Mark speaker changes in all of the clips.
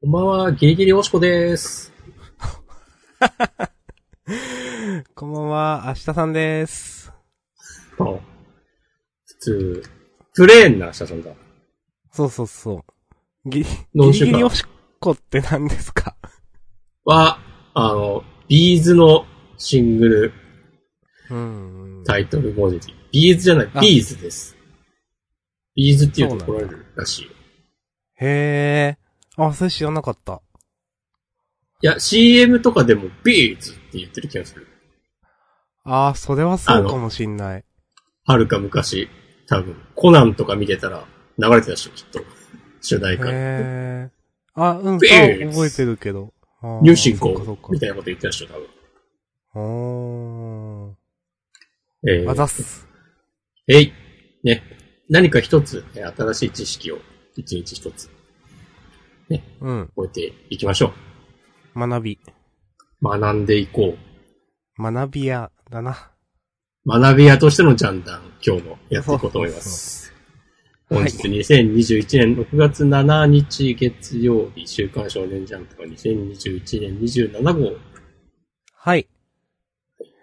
Speaker 1: こんばんは、ギリギリおしこです。
Speaker 2: こんばんは、明日さんです。
Speaker 1: あ普通、プレーンな明日さんだ。
Speaker 2: そうそうそう。ぎ、
Speaker 1: どう
Speaker 2: ギリ
Speaker 1: しようか
Speaker 2: ギリおしっこって何ですか
Speaker 1: は、あの、ビーズのシングル
Speaker 2: うん。
Speaker 1: タイトル文字。ビーズじゃない、
Speaker 2: あ
Speaker 1: ビーズです。ビーズって言うと怒られるらしい。い
Speaker 2: へえ。あ、それ知らなかった。
Speaker 1: や、CM とかでもビーズって言ってる気がする。
Speaker 2: あー、それはそうかもしんない。
Speaker 1: はるか昔、多分、コナンとか見てたら流れてたし、きっと。主題歌。
Speaker 2: へえ。あ、うん、あ覚
Speaker 1: ビーズ
Speaker 2: えてるけど。
Speaker 1: 入信
Speaker 2: 校
Speaker 1: 校みたいなこと言ってた人、多分。
Speaker 2: お
Speaker 1: え
Speaker 2: ー。
Speaker 1: ー
Speaker 2: あざっす。
Speaker 1: えい。ね。何か一つ、えー新しい知識を、一日一つ、
Speaker 2: うん。
Speaker 1: 覚えていきましょ
Speaker 2: 学
Speaker 1: う。
Speaker 2: び。
Speaker 1: 学んでいこ
Speaker 2: 学び屋だな。
Speaker 1: う。学び屋としてのジャンダン、今日もやっていこうと思います。
Speaker 2: そう
Speaker 1: 本日2021年6月7日月曜日、週刊少年ジャンプが2021年27号、
Speaker 2: はい。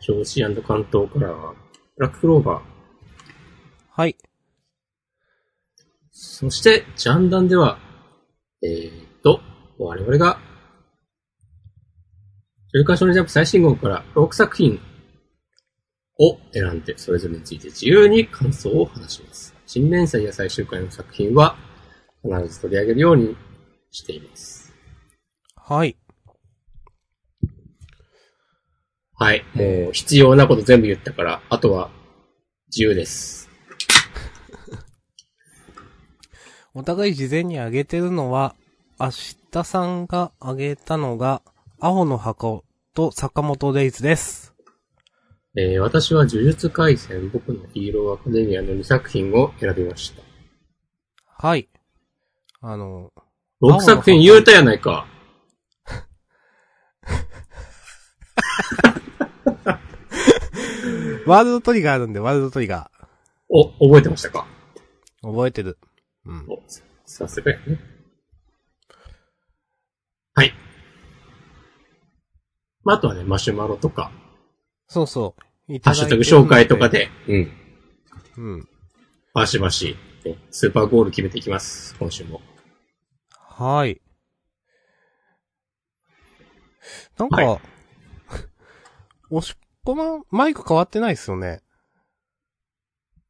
Speaker 1: 表紙関東からは、ブラッククローバー、
Speaker 2: はい。
Speaker 1: そして、ジャンダンでは、えー、っと、我々が、週刊少年ジャンプ最新号から6作品を選んで、それぞれについて自由に感想を話します。新連載や最終回の作品は、必ず取り上げるようにしています。
Speaker 2: はい。
Speaker 1: はい。もう、必要なこと全部言ったから、あとは、自由です。
Speaker 2: お互い事前にあげてるのは、明日さんがあげたのが、青の箱と坂本レイズです。
Speaker 1: えー私は呪術廻戦、僕のヒーローアカデミアの2作品を選びました。
Speaker 2: はい。あの、
Speaker 1: 6作品言うたやないか。
Speaker 2: ワールドトリガーあるんで、ワールドトリガ
Speaker 1: お、覚えてましたか
Speaker 2: ー。覚えてる。うん。
Speaker 1: おささすがやね。はい。まあ、あとはね、マシュマロとか、
Speaker 2: そうそう。い
Speaker 1: ハッ
Speaker 2: ただ
Speaker 1: シュ
Speaker 2: いて
Speaker 1: タ
Speaker 2: る
Speaker 1: グ紹
Speaker 2: ん
Speaker 1: 介とか。で、うん。
Speaker 2: うん。
Speaker 1: バシバシ、ねスーパーゴール決めていきます。今週も。
Speaker 2: はい。なんか、
Speaker 1: は
Speaker 2: 押し込まん、マイク変わってないですよね。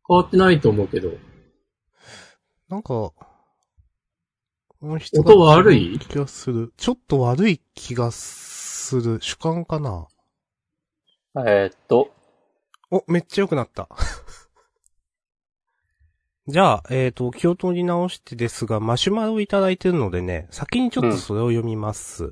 Speaker 1: 変わってないと思うけど、
Speaker 2: なんか、音質
Speaker 1: 音悪い
Speaker 2: 気がする。ちょっと悪い気がする。主観かな
Speaker 1: えーっと、
Speaker 2: お、めっちゃ良くなった。 じゃあ、えっ、と、気を取り直してですが、マシュマロをいただいてるのでね、先にちょっとそれを読みます。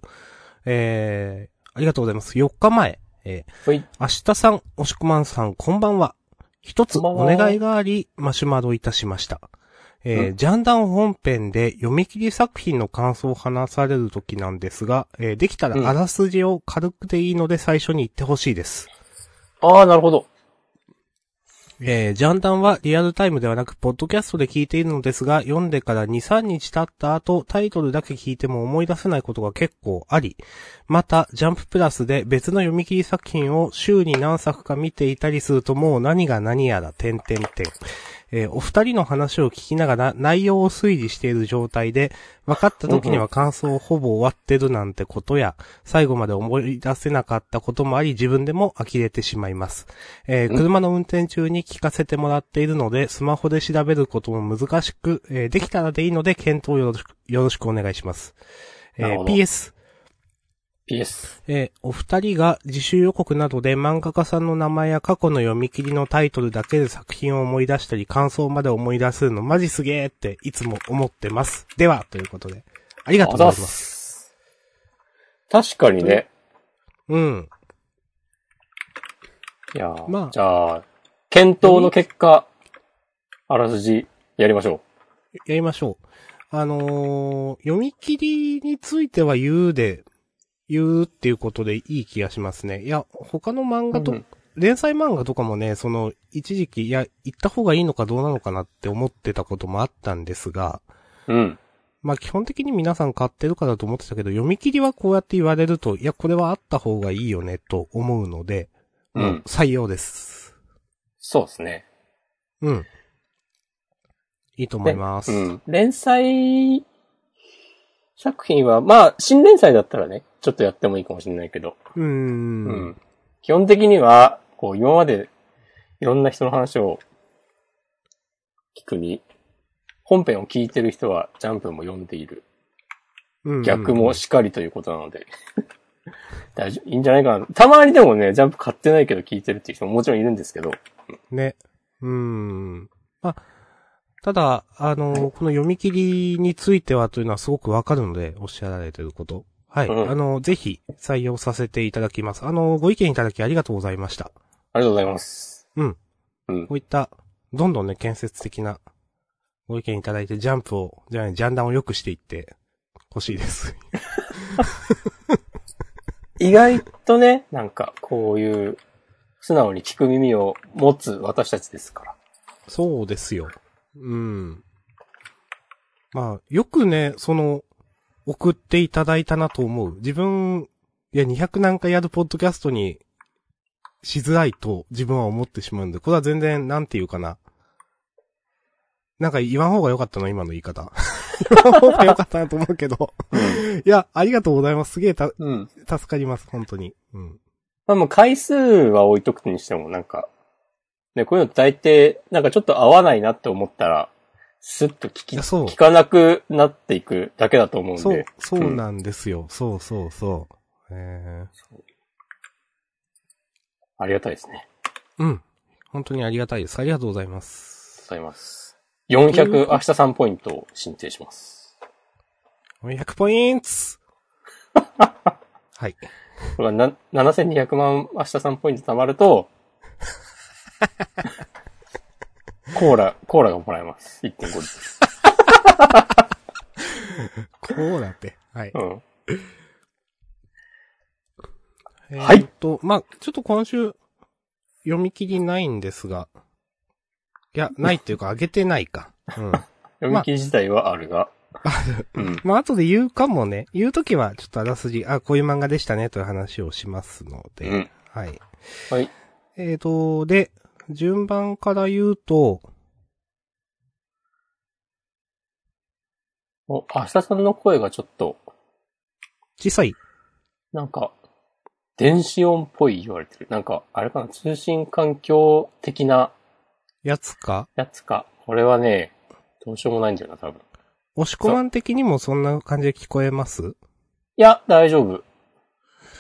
Speaker 2: えー、ありがとうございます。4日前、えー
Speaker 1: ほい。
Speaker 2: 明日さん、おしこまんさん、こんばんは。一つ
Speaker 1: こんばん
Speaker 2: お
Speaker 1: は
Speaker 2: 願いがあり、マシュマロいたしました。えー
Speaker 1: う
Speaker 2: ジャンダン本編で読み切り作品の感想を話される時なんですが、えーできた
Speaker 1: うん
Speaker 2: らあらすじを軽くでいいので最初に言ってほしいです。
Speaker 1: ああ、なるほど。
Speaker 2: えージャンダンはリアルタイムではなく、ポッドキャストで聞いているのですが、読んでから2、3日経った後、タイトルだけ聞いても思い出せないことが結構あり、また、ジャンププラスで別の読み切り作品を週に何作か見ていたりするともう何が何やら、点々点。えーお二人の話を聞きながら内容を推理している状態で、分かった時には感想をほぼ終わってるなんてことや、最後まで思い出せなかったこともあり、自分でも呆れてしまいます。えー
Speaker 1: うん
Speaker 2: 車の運転中に聞かせてもらっているので、スマホで調べることも難しく、えーできたらでいいので、検討よろしく、よろしくお願いします。えー
Speaker 1: なるほど
Speaker 2: PS、
Speaker 1: PS。
Speaker 2: えーお二人が自主予告などで漫画家さんの名前や過去の読み切りのタイトルだけで作品を思い出したり感想まで思い出すのマジすげーっていつも思ってます。では、ということで。ありがとうございます。
Speaker 1: す。確かにね。
Speaker 2: うん。
Speaker 1: いやー
Speaker 2: まあ
Speaker 3: じゃあ、検討の結果、あらすじやりましょ
Speaker 2: やりましょう。あのー読み切りについては言うで、言うっていうことでいい気がしますね。いや、他の漫画と、
Speaker 3: うん
Speaker 2: 連載漫画とかもね、その、一時期、いや、行った方がいいのかどうなのかなって思ってたこともあったんですが、
Speaker 3: う。うん。
Speaker 2: まあ基本的に皆さん買ってるかだと思ってたけど、読み切りはこうやって言われると、いや、これはあった方がいいよね、と思うので、
Speaker 1: うん
Speaker 2: も採用です。
Speaker 1: そうですね。
Speaker 2: うん。いいと思います。
Speaker 1: うん。連載作品は、まあ、新連載だったらね、ちょっとやってもいいかもしれないけど、
Speaker 2: うーん。
Speaker 1: うん基本的には、こう、今までいろんな人の話を聞くに、本編を聞いてる人はジャンプも読んでいる。
Speaker 2: うん
Speaker 1: 逆もしかりということなので。 大丈夫、いいんじゃないかな。たまにでもね、ジャンプ買ってないけど聞いてるっていう人ももちろんいるんですけど。
Speaker 2: ね。うーん。まあ、ただ、あの、この読み切りについてはというのはすごくわかるので、おっしゃられてること。はい。
Speaker 1: うん
Speaker 2: あの、ぜひ採用させていただきます。あの、ご意見いただきありがとうございました。
Speaker 1: ありがとうございます。
Speaker 2: うん。
Speaker 1: うん。
Speaker 2: こういった、どんどんね、建設的なご意見いただいて、ジャンプを、じゃあね、ジャンダンを良くしていって欲しいです。
Speaker 1: 意外とね、なんか、こういう、素直に聞く耳を持つ私たちですから。
Speaker 2: そうですよ。うん。まあ、よくね、その、送っていただいたなと思う。自分、いや、200何回やるポッドキャストにしづらいと自分は思ってしまうんで、これは全然、なんていうかな。なんか言わん方が良かったの、今の言い方。 言わん方が良かったなと思うけど。いや、ありがとうございます。すげえた、
Speaker 1: うん。
Speaker 2: 助かります、本当に。うん。
Speaker 1: まあもう回数は置いとくにしても、なんか、ね、こういうの大抵、なんかちょっと合わないなって思ったら、スッと聞
Speaker 2: い
Speaker 1: き、
Speaker 2: やそう
Speaker 1: 聞かなくなっていくだけだと思うんで。
Speaker 2: そう、そうなんですよ。そうそうそう。え
Speaker 1: ありがたいですね。
Speaker 2: ー、うん。本当にありがたいです。ありがとうございます。
Speaker 1: ございます。400、明日さんポイントを申請します。
Speaker 2: 400ポイントはい。
Speaker 1: これはな7200万明日さんポイント貯まると、コーラ、コーラがもらえます。1.5リット
Speaker 2: こうだって。はい。
Speaker 1: ル。うん。
Speaker 2: えーっと、まあ、ちょっと今週、読み切りないんですが。いや、ないっていうか、あげてないか。うん。
Speaker 1: 読み切り自体はあるが。うん。
Speaker 2: まあ、後で言うかもね。言うときは、ちょっとあらすじ、あ、こういう漫画でしたね、という話をしますので。
Speaker 1: うん。
Speaker 2: はい。
Speaker 1: はい。
Speaker 2: えーと、で、順番から言うと、
Speaker 1: お、明日さんの声がちょっと、
Speaker 2: 小さい。
Speaker 1: なんか、電子音っぽい言われてる。なんか、あれかな、通信環境的な
Speaker 2: やつか
Speaker 1: やつか。これはね、どうしようもないんだよな、多分。
Speaker 2: 押し込まん的にもそんな感じで聞こえます
Speaker 1: いや、大丈夫。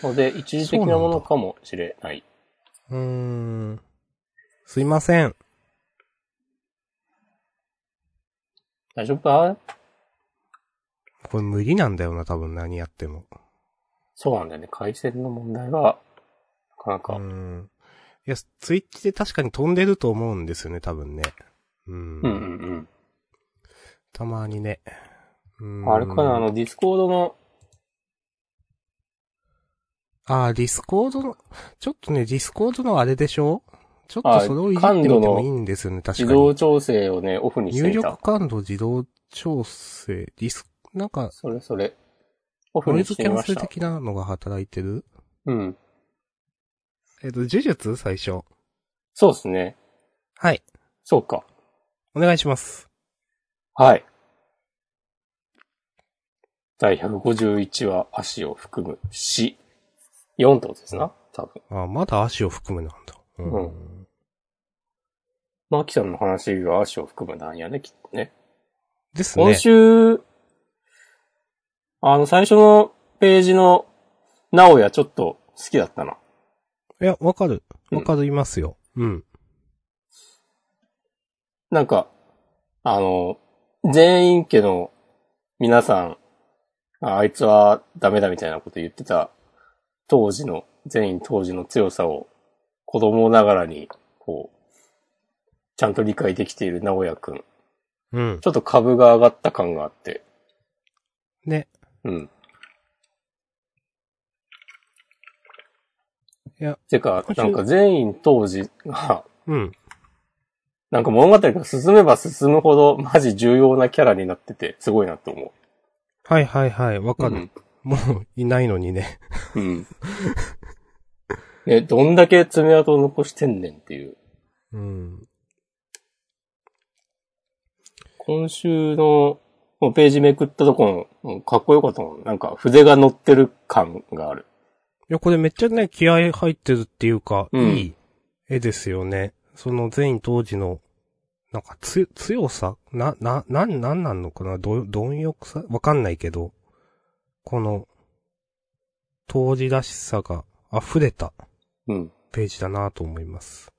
Speaker 1: ので、一時的なものかもしれない。
Speaker 2: うーん。すいません。
Speaker 1: 大丈夫か
Speaker 2: これ無理なんだよな、多分何やっても。
Speaker 1: そうなんだよね。回線の問題は、なかな
Speaker 2: う
Speaker 1: か。
Speaker 2: ん。いや、ツイッチで確かに飛んでると思うんですよね、多分ね。うん。
Speaker 1: うんうん
Speaker 2: たまにね。う
Speaker 1: うんん。あれかな、あの、ディスコードの、
Speaker 2: あー、ディスコードの、ちょっとね、ディスコードのあれでしょちょっ
Speaker 1: あ
Speaker 2: とそれをいじってみて
Speaker 1: 感度
Speaker 2: も
Speaker 1: の
Speaker 2: いいんですよね、確
Speaker 1: 自
Speaker 2: かに
Speaker 1: 動。調整をね、オフにして
Speaker 2: 入
Speaker 1: み
Speaker 2: 力
Speaker 1: た。
Speaker 2: 感度自動調整、ディス、なんか、
Speaker 1: それそれ。オフ
Speaker 2: ノイ
Speaker 1: に
Speaker 2: ズ
Speaker 1: して
Speaker 2: キ
Speaker 1: み
Speaker 2: ャン
Speaker 1: ま
Speaker 2: セ
Speaker 1: し
Speaker 2: ル
Speaker 1: た。
Speaker 2: 的なのが働いてる
Speaker 1: うん。
Speaker 2: えっと、呪術最初。
Speaker 1: そうですね。
Speaker 2: はい。
Speaker 1: そうか。
Speaker 2: お願いします。
Speaker 1: はい。第151話、足を含む、死。4ってことですな。多分。
Speaker 2: あ、まだ足を含むなんだ。うん
Speaker 1: うマキさんの話が足を含むなんやね、きっとね。
Speaker 2: ですね。
Speaker 1: 今週、あの、最初のページの、なおやちょっと好きだったな。
Speaker 2: いや、わかる。
Speaker 1: うん
Speaker 2: わかりますよ。うん。
Speaker 1: なんか、あの、全員家の皆さん、ああいつはダメだみたいなこと言ってた、当時の、全員当時の強さを、子供ながらに、こう、ちゃんと理解できている直也くん。
Speaker 2: うん。
Speaker 1: ちょっと株が上がった感があって、
Speaker 2: ね。
Speaker 1: うん。
Speaker 2: いや。
Speaker 1: てか
Speaker 2: 今、週
Speaker 1: なんか全員当時が、
Speaker 2: うん。
Speaker 1: なんか物語が進めば進むほどマジ重要なキャラになってて、すごいなと思
Speaker 2: はいはいはい、わかる。
Speaker 1: うん
Speaker 2: もう、いないのにね。
Speaker 1: うん。 ね、どんだけ爪痕を残してんねんっていう。
Speaker 2: うん。
Speaker 1: 今週のもうページめくったとこももうかっこよかったもん。なんか筆が乗ってる感がある。
Speaker 2: いや、これめっちゃね、気合入ってるっていうか、
Speaker 1: うん
Speaker 2: いい絵ですよね。その前当時の、なんかつ、強さな、な、なん、なんなんのかなど、貪欲さわかんないけど、この、当時らしさが溢れた
Speaker 1: うん。
Speaker 2: ページだなと思います。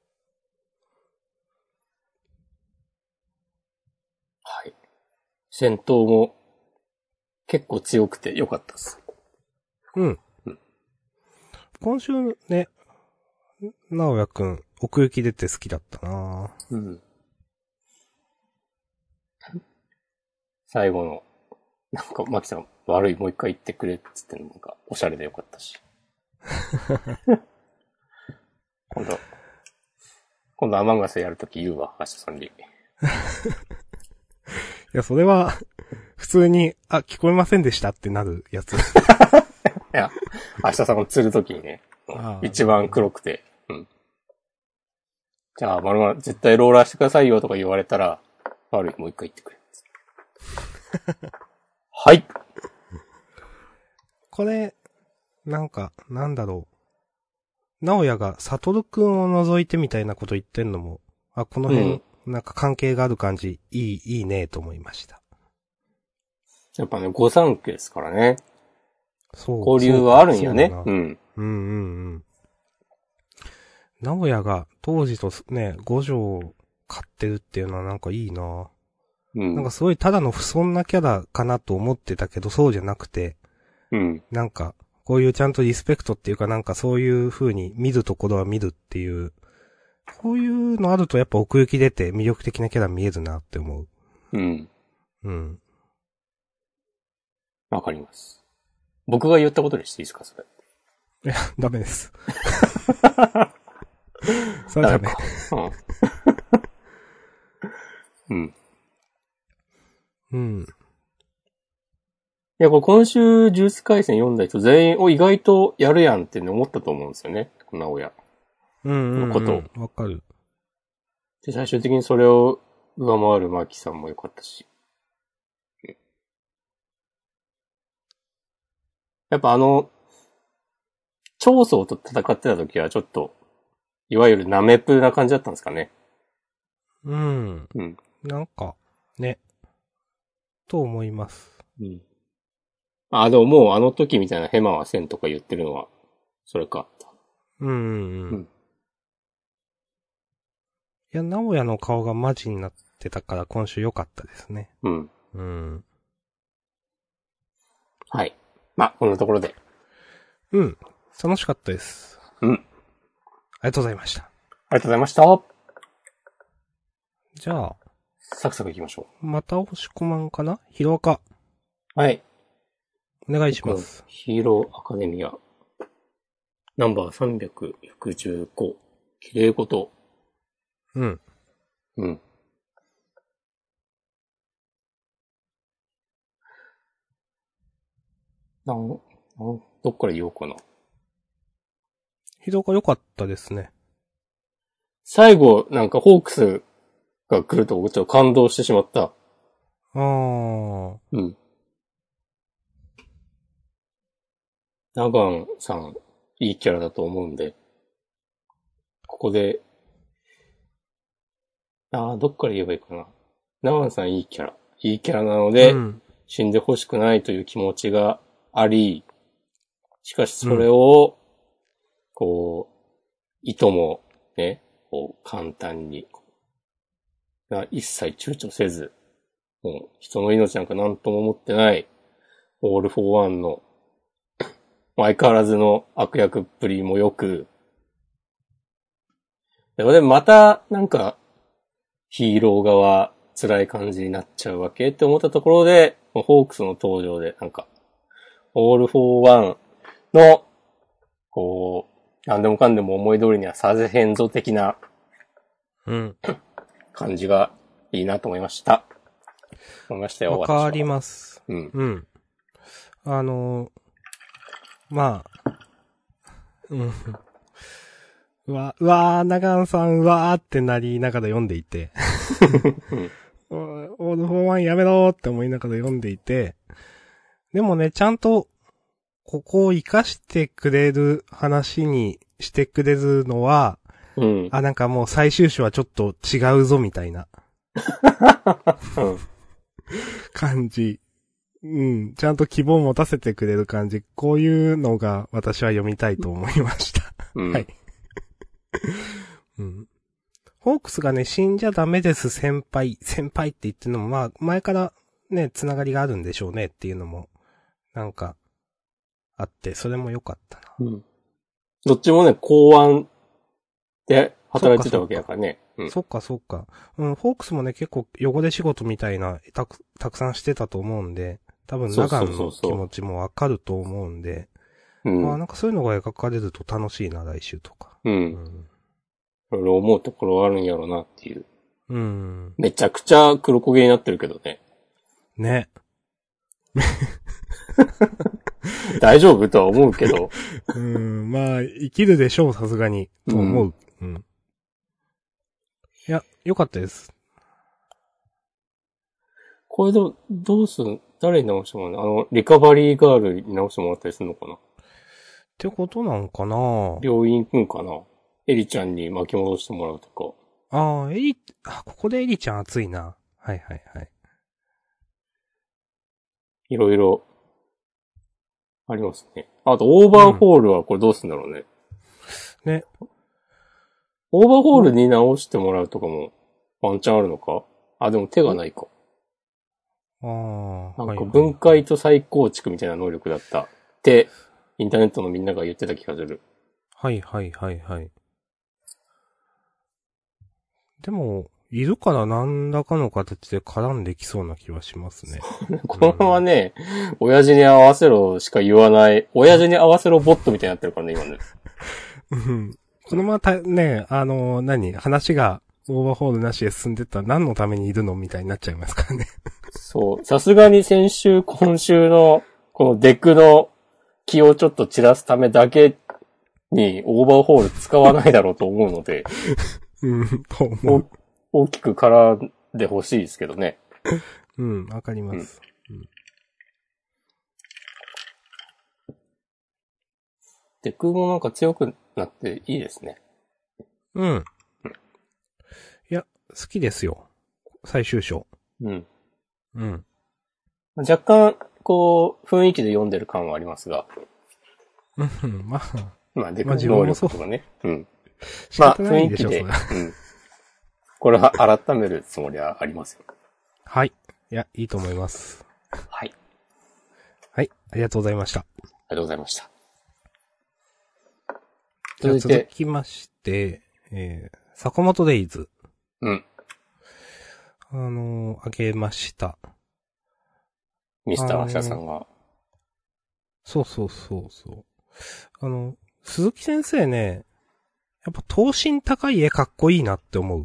Speaker 1: はい。戦闘も結構強くてよかったっす。
Speaker 2: うん
Speaker 1: うん。
Speaker 2: 今週ね、直也くん、奥行き出て好きだったな
Speaker 1: うん。最後の、なんか、マキさん、悪い、もう一回言ってくれっつってんのなんか、おしゃれでよかった し。今度、今度アマンガスやるとき言うわ、明日さんに。
Speaker 2: いや、それは、 普通に、あ、聞こえませんでしたってなるやつ。
Speaker 1: いや、明日さんを釣るときにね
Speaker 2: あ、ー
Speaker 1: 一番黒くて、うん。じゃあ、まるまる、絶対ローラーしてくださいよとか言われたら、悪い、もう一回言ってくれっつって。 はい
Speaker 2: これ、なんか、なんだろう。直也が、悟くんを除いてみたいなこと言ってんのも、あ、この辺、なんか関係がある感じ、いい、いいね、と思いました。
Speaker 1: やっぱね、五三家ですからね。
Speaker 2: そう。
Speaker 1: 交流はあるんやね
Speaker 2: そう。だ
Speaker 1: う。
Speaker 2: なんうんうんうん。直也が、当時とね、五条を買ってるっていうのはなんかいいな
Speaker 1: うん。
Speaker 2: なんかすごいただの不遜なキャラかなと思ってたけど、そうじゃなくて、
Speaker 1: うん。
Speaker 2: なんか、こういうちゃんとリスペクトっていうかなんかそういう風に見るところは見るっていう、こういうのあるとやっぱ奥行き出て魅力的なキャラ見えるなって思う。
Speaker 1: うん。
Speaker 2: うん。
Speaker 1: わかります。僕が言ったことにしていいですか、それ。
Speaker 2: ダメです。 それはダメ。
Speaker 1: か。うん。うん。い
Speaker 2: うん。
Speaker 1: や、これ今週、ジュース回線読んだ人全員、お、意外とやるやんってね思ったと思うんですよね。この親。
Speaker 2: うん、うん。
Speaker 1: のこと
Speaker 2: うんわかる。
Speaker 1: で、最終的にそれを上回るマーキさんも良かったし。うんやっぱあの、長宗と戦ってた時はちょっと、いわゆるナメプな感じだったんですかね。
Speaker 2: うん。
Speaker 1: うん。
Speaker 2: なんか、ね。と思います。
Speaker 1: うん。あ、でももうあの時みたいなヘマはせんとか言ってるのは、それか。
Speaker 2: うん、うん。う
Speaker 1: うん
Speaker 2: ん。いや、直也の顔がマジになってたから今週良かったですね。
Speaker 1: うん。
Speaker 2: うん。
Speaker 1: はい。まあ、こんなところで。
Speaker 2: うん。楽しかったです。
Speaker 1: うん。あり
Speaker 2: ありがとうございました。
Speaker 1: がとうございました。
Speaker 2: じゃあ、
Speaker 1: サクサク行きましょ
Speaker 2: また押し込まんかなヒロアカ、
Speaker 1: う。はい。
Speaker 2: お願いします。
Speaker 1: ヒーローアカデミア、ナンバー315、綺麗事。
Speaker 2: うん。
Speaker 1: うん。なん、なん、どっから言おうかな。
Speaker 2: ヒロアカ良かったですね。
Speaker 1: 最後、なんかホークスが来るとこちょっと感動してしまった。
Speaker 2: あー。
Speaker 1: うん。ナガンさん、いいキャラだと思うんで、ここで、ああ、どっから言えばいいかな。ナガンさんいいキャラ。いいキャラなので、
Speaker 2: うん。
Speaker 1: 死んでほしくないという気持ちがあり、しかしそれを、こう、いとも、ね、こう、簡単に、な一切躊躇せず、もう、人の命なんか何とも思ってない、オール・フォー・ワンの、まあ相変わらずの悪役っぷりもよく、でもでもまた、なんか、ヒーロー側、辛い感じになっちゃうわけって思ったところで、ホークスの登場で、なんか、オール・フォー・ワンの、こう、なんでもかんでも思い通りにはさせへんぞ的な
Speaker 2: うん。
Speaker 1: 感じがいいなと思いました。思いましたよ、
Speaker 2: わかり
Speaker 1: ま
Speaker 2: ます。
Speaker 1: す。うん。
Speaker 2: うん。あの、まあ、うん。うわ、うわー、長野さん、うわーってなりながら読んでいて。おオールフォーワンやめろーって思いながら読んでいて。でもね、ちゃんと、ここを活かしてくれる話にしてくれるのは、
Speaker 1: うん。
Speaker 2: あ、なんかもう最終章はちょっと違うぞみたいな
Speaker 1: うん。
Speaker 2: 感じ。うん。ちゃんと希望を持たせてくれる感じ。こういうのが私は読みたいと思いました。
Speaker 1: うん。
Speaker 2: はいうん。ホークスがね、死んじゃダメです、先輩。先輩って言ってるのも、まあ、前からね、つながりがあるんでしょうねっていうのも、なんか、あって、それも良かったな。
Speaker 1: うん。どっちもね、公安で働いてたわけだからね。うん。
Speaker 2: そっかそっか。うん、ホークスもね、結構汚れ仕事みたいな、たく、たくさんしてたと思うんで、多分、
Speaker 1: そうそ
Speaker 2: 長
Speaker 1: う
Speaker 2: 野
Speaker 1: そ
Speaker 2: の
Speaker 1: うそう
Speaker 2: 気持ちもわかると思うんで、
Speaker 1: う
Speaker 2: まあ、
Speaker 1: ん。
Speaker 2: なんかそういうのが描かれると楽しいな、来週とか。
Speaker 1: う。
Speaker 2: うんん。
Speaker 1: いろいろ思うところあるんやろうなっていう。
Speaker 2: うん。
Speaker 1: めちゃくちゃ黒焦げになってるけどね。
Speaker 2: ね。
Speaker 1: 大丈夫とは思うけど。
Speaker 2: うん、まあ、生きるでしょう、さすがに。と思う。うん。いや、良かったです。
Speaker 1: これでも、どうする誰に直してもらうのあの、リカバリーガールに直してもらったりするのかな
Speaker 2: ってことなんかな
Speaker 1: 病院くんかなエリちゃんに巻き戻してもらうとか。
Speaker 2: ああ、エリ、あ、ここでエリちゃん熱いな。はいはいはい。
Speaker 1: いろいろ、ありますね。あと、オーバーホールはこれどうするんだろうね。
Speaker 2: うんね。
Speaker 1: オーバーホールに直してもらうとかも、ワンチャンあるのかあ、でも手がないか。
Speaker 2: ああ。
Speaker 1: なん
Speaker 2: はい
Speaker 1: か
Speaker 2: はい
Speaker 1: 分解と再構築みたいな能力だった。って、インターネットのみんなが言ってた気がする。
Speaker 2: はいはいはいはい。でも、いるから何らかの形で絡んできそうな気はしますね。
Speaker 1: このままね、親父に合わせろしか言わない、親父に合わせろボットみたいになってるからね、今ね。
Speaker 2: うんこのままた、ね、あの、何、話がオーバーホールなしで進んでったら何のためにいるのみたいになっちゃいますからね。
Speaker 1: そう。さすがに先週、今週の、このデクの気をちょっと散らすためだけにオーバーホール使わないだろうと思うの で、
Speaker 2: うん、と思
Speaker 1: お
Speaker 2: う。
Speaker 1: 大きく絡んでほしいですけどね。
Speaker 2: うん、わかります。
Speaker 1: デクもなんか強くなっていいですね。
Speaker 2: うん。いや、好きですよ。最終章。
Speaker 1: うん。
Speaker 2: うん。
Speaker 1: 若干、こう、雰囲気で読んでる感はありますが、
Speaker 2: うん、まあ、
Speaker 1: まあ、デク
Speaker 2: まあ
Speaker 1: の
Speaker 2: 自分
Speaker 1: 能
Speaker 2: も
Speaker 1: 力
Speaker 2: そう
Speaker 1: とかね。うん。
Speaker 2: 仕
Speaker 1: まあ、
Speaker 2: 方な
Speaker 1: 雰
Speaker 2: い
Speaker 1: 囲
Speaker 2: で
Speaker 1: 気
Speaker 2: しょ、
Speaker 1: で。
Speaker 2: それ
Speaker 1: う
Speaker 2: は。
Speaker 1: ん。これは改めるつもりはありますよ。
Speaker 2: はい。いや、いいと思います。
Speaker 1: はい。
Speaker 2: はい、ありがとうございました。
Speaker 1: ありがとうございました。
Speaker 2: じ
Speaker 1: 続
Speaker 2: ゃあ
Speaker 1: い
Speaker 2: 続
Speaker 1: て、
Speaker 2: きまして、えー、坂本デイズ。
Speaker 1: うん。
Speaker 2: あのー、あげました。
Speaker 1: ミスターアシャさんが。
Speaker 2: そうそうそうそう。あの、鈴木先生ね、やっぱ等身高い絵かっこいいなって思う。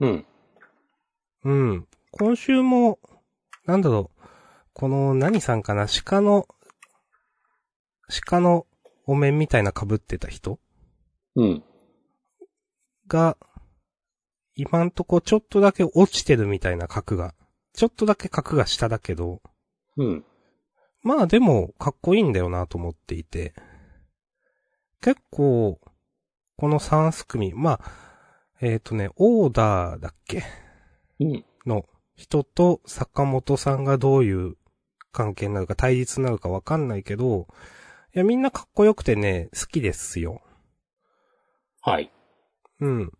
Speaker 1: うん。
Speaker 2: うん。今週も、なんだろう、この何さんかな、鹿の、鹿のお面みたいな被ってた人
Speaker 1: うん。
Speaker 2: が、今んとこちょっとだけ落ちてるみたいな角が。ちょっとだけ角が下だけど、
Speaker 1: うん。
Speaker 2: まあでも、かっこいいんだよなと思っていて。結構、この三すくみ、まあ、えっ、とね、オーダーだっけ
Speaker 1: うん。
Speaker 2: の人と坂本さんがどういう関係になるか、対立になるかわかんないけど、いや、みんなかっこよくてね、好きですよ。
Speaker 1: はい。
Speaker 2: うん。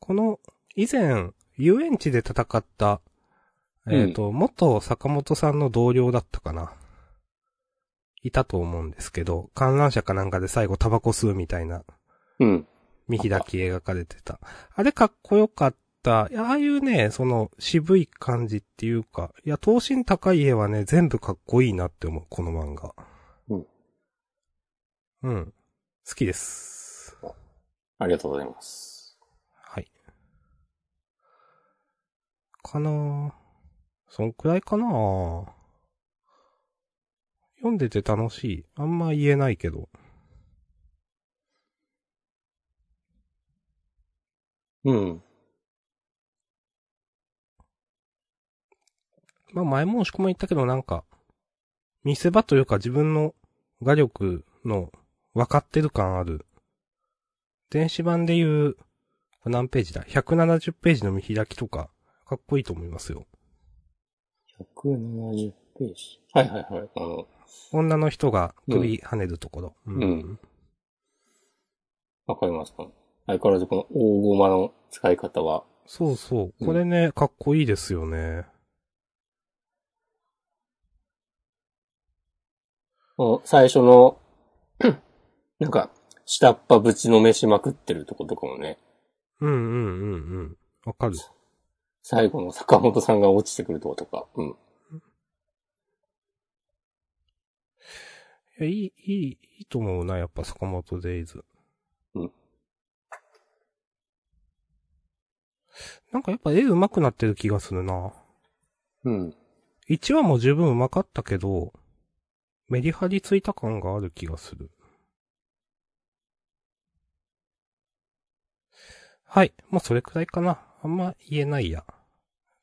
Speaker 2: この、以前、遊園地で戦った、えっ、と、元坂本さんの同僚だったかな。いたと思うんですけど、観覧車かなんかで最後タバコ吸うみたいな
Speaker 1: うん。
Speaker 2: 見開き描かれてた。あれかっこよかった。いやああいうね、その渋い感じっていうか、いや、等身高い絵はね、全部かっこいいなって思う、この漫画。
Speaker 1: うん。
Speaker 2: うん。好きです。
Speaker 1: ありがとうございます。
Speaker 2: はい。かなぁ。そんくらいかなぁ。読んでて楽しい。あんま言えないけど。
Speaker 1: うん。
Speaker 2: まあ前も押し込ま言ったけどなんか、見せ場というか自分の画力の分かってる感ある。電子版でいう、これ何ページだ ?170 ページの見開きとか、かっこいいと思いますよ。
Speaker 1: 170ページ。はいはいはい。あの、
Speaker 2: 女の人が首跳ねるところ。うん
Speaker 1: わかりました。相変わらずこの大駒の使い方は、
Speaker 2: そうそう。
Speaker 1: うん
Speaker 2: これね、かっこいいですよね。
Speaker 1: もう最初の、 なんか、下っ端ぶちのめしまくってるとことかもね、
Speaker 2: うんうんうんうん。わかる。
Speaker 1: 最後の坂本さんが落ちてくるとことか、うん。
Speaker 2: いや、いい、いい、いいと思うな、やっぱ坂本デイズ。
Speaker 1: うん
Speaker 2: なんかやっぱ絵上手くなってる気がするな。
Speaker 1: うん。
Speaker 2: 1話も十分上手かったけど、メリハリついた感がある気がする。はい。もうそれくらいかな。あんま言えないや。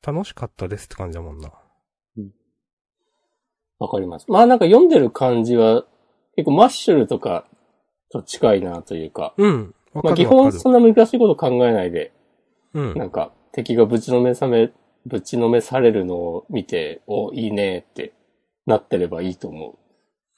Speaker 2: 楽しかったですって感じだもんな。
Speaker 1: わかります。まあなんか読んでる感じは、結構マッシュルとかと近いなというか、
Speaker 2: うん。
Speaker 1: ま
Speaker 2: わか
Speaker 1: あ基
Speaker 2: るわ
Speaker 1: 本
Speaker 2: かる。
Speaker 1: そんな難しいこと考えないで、
Speaker 2: うん。
Speaker 1: なんか、敵がぶちのめさめ、ぶちのめされるのを見て、お、いいねってなってればいいと思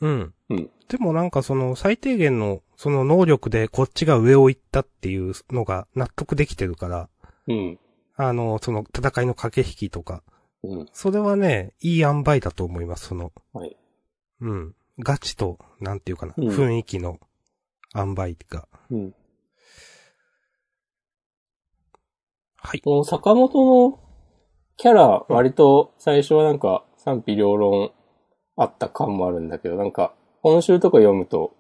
Speaker 2: うん。
Speaker 1: うん
Speaker 2: でもなんかその最低限のその能力でこっちが上を行ったっていうのが納得できてるから、
Speaker 1: う。うん。
Speaker 2: あの、その戦いの駆け引きとか、
Speaker 1: うん。
Speaker 2: それはね、いい塩梅だと思います、その。
Speaker 1: はい。
Speaker 2: うん。ガチと、なんていうかな、
Speaker 1: うん
Speaker 2: 雰囲気の塩梅が。
Speaker 1: うん。
Speaker 2: はい。
Speaker 1: この坂本のキャラ、割と最初はなんか賛否両論あった感もあるんだけど、なんか、今週とか読むと、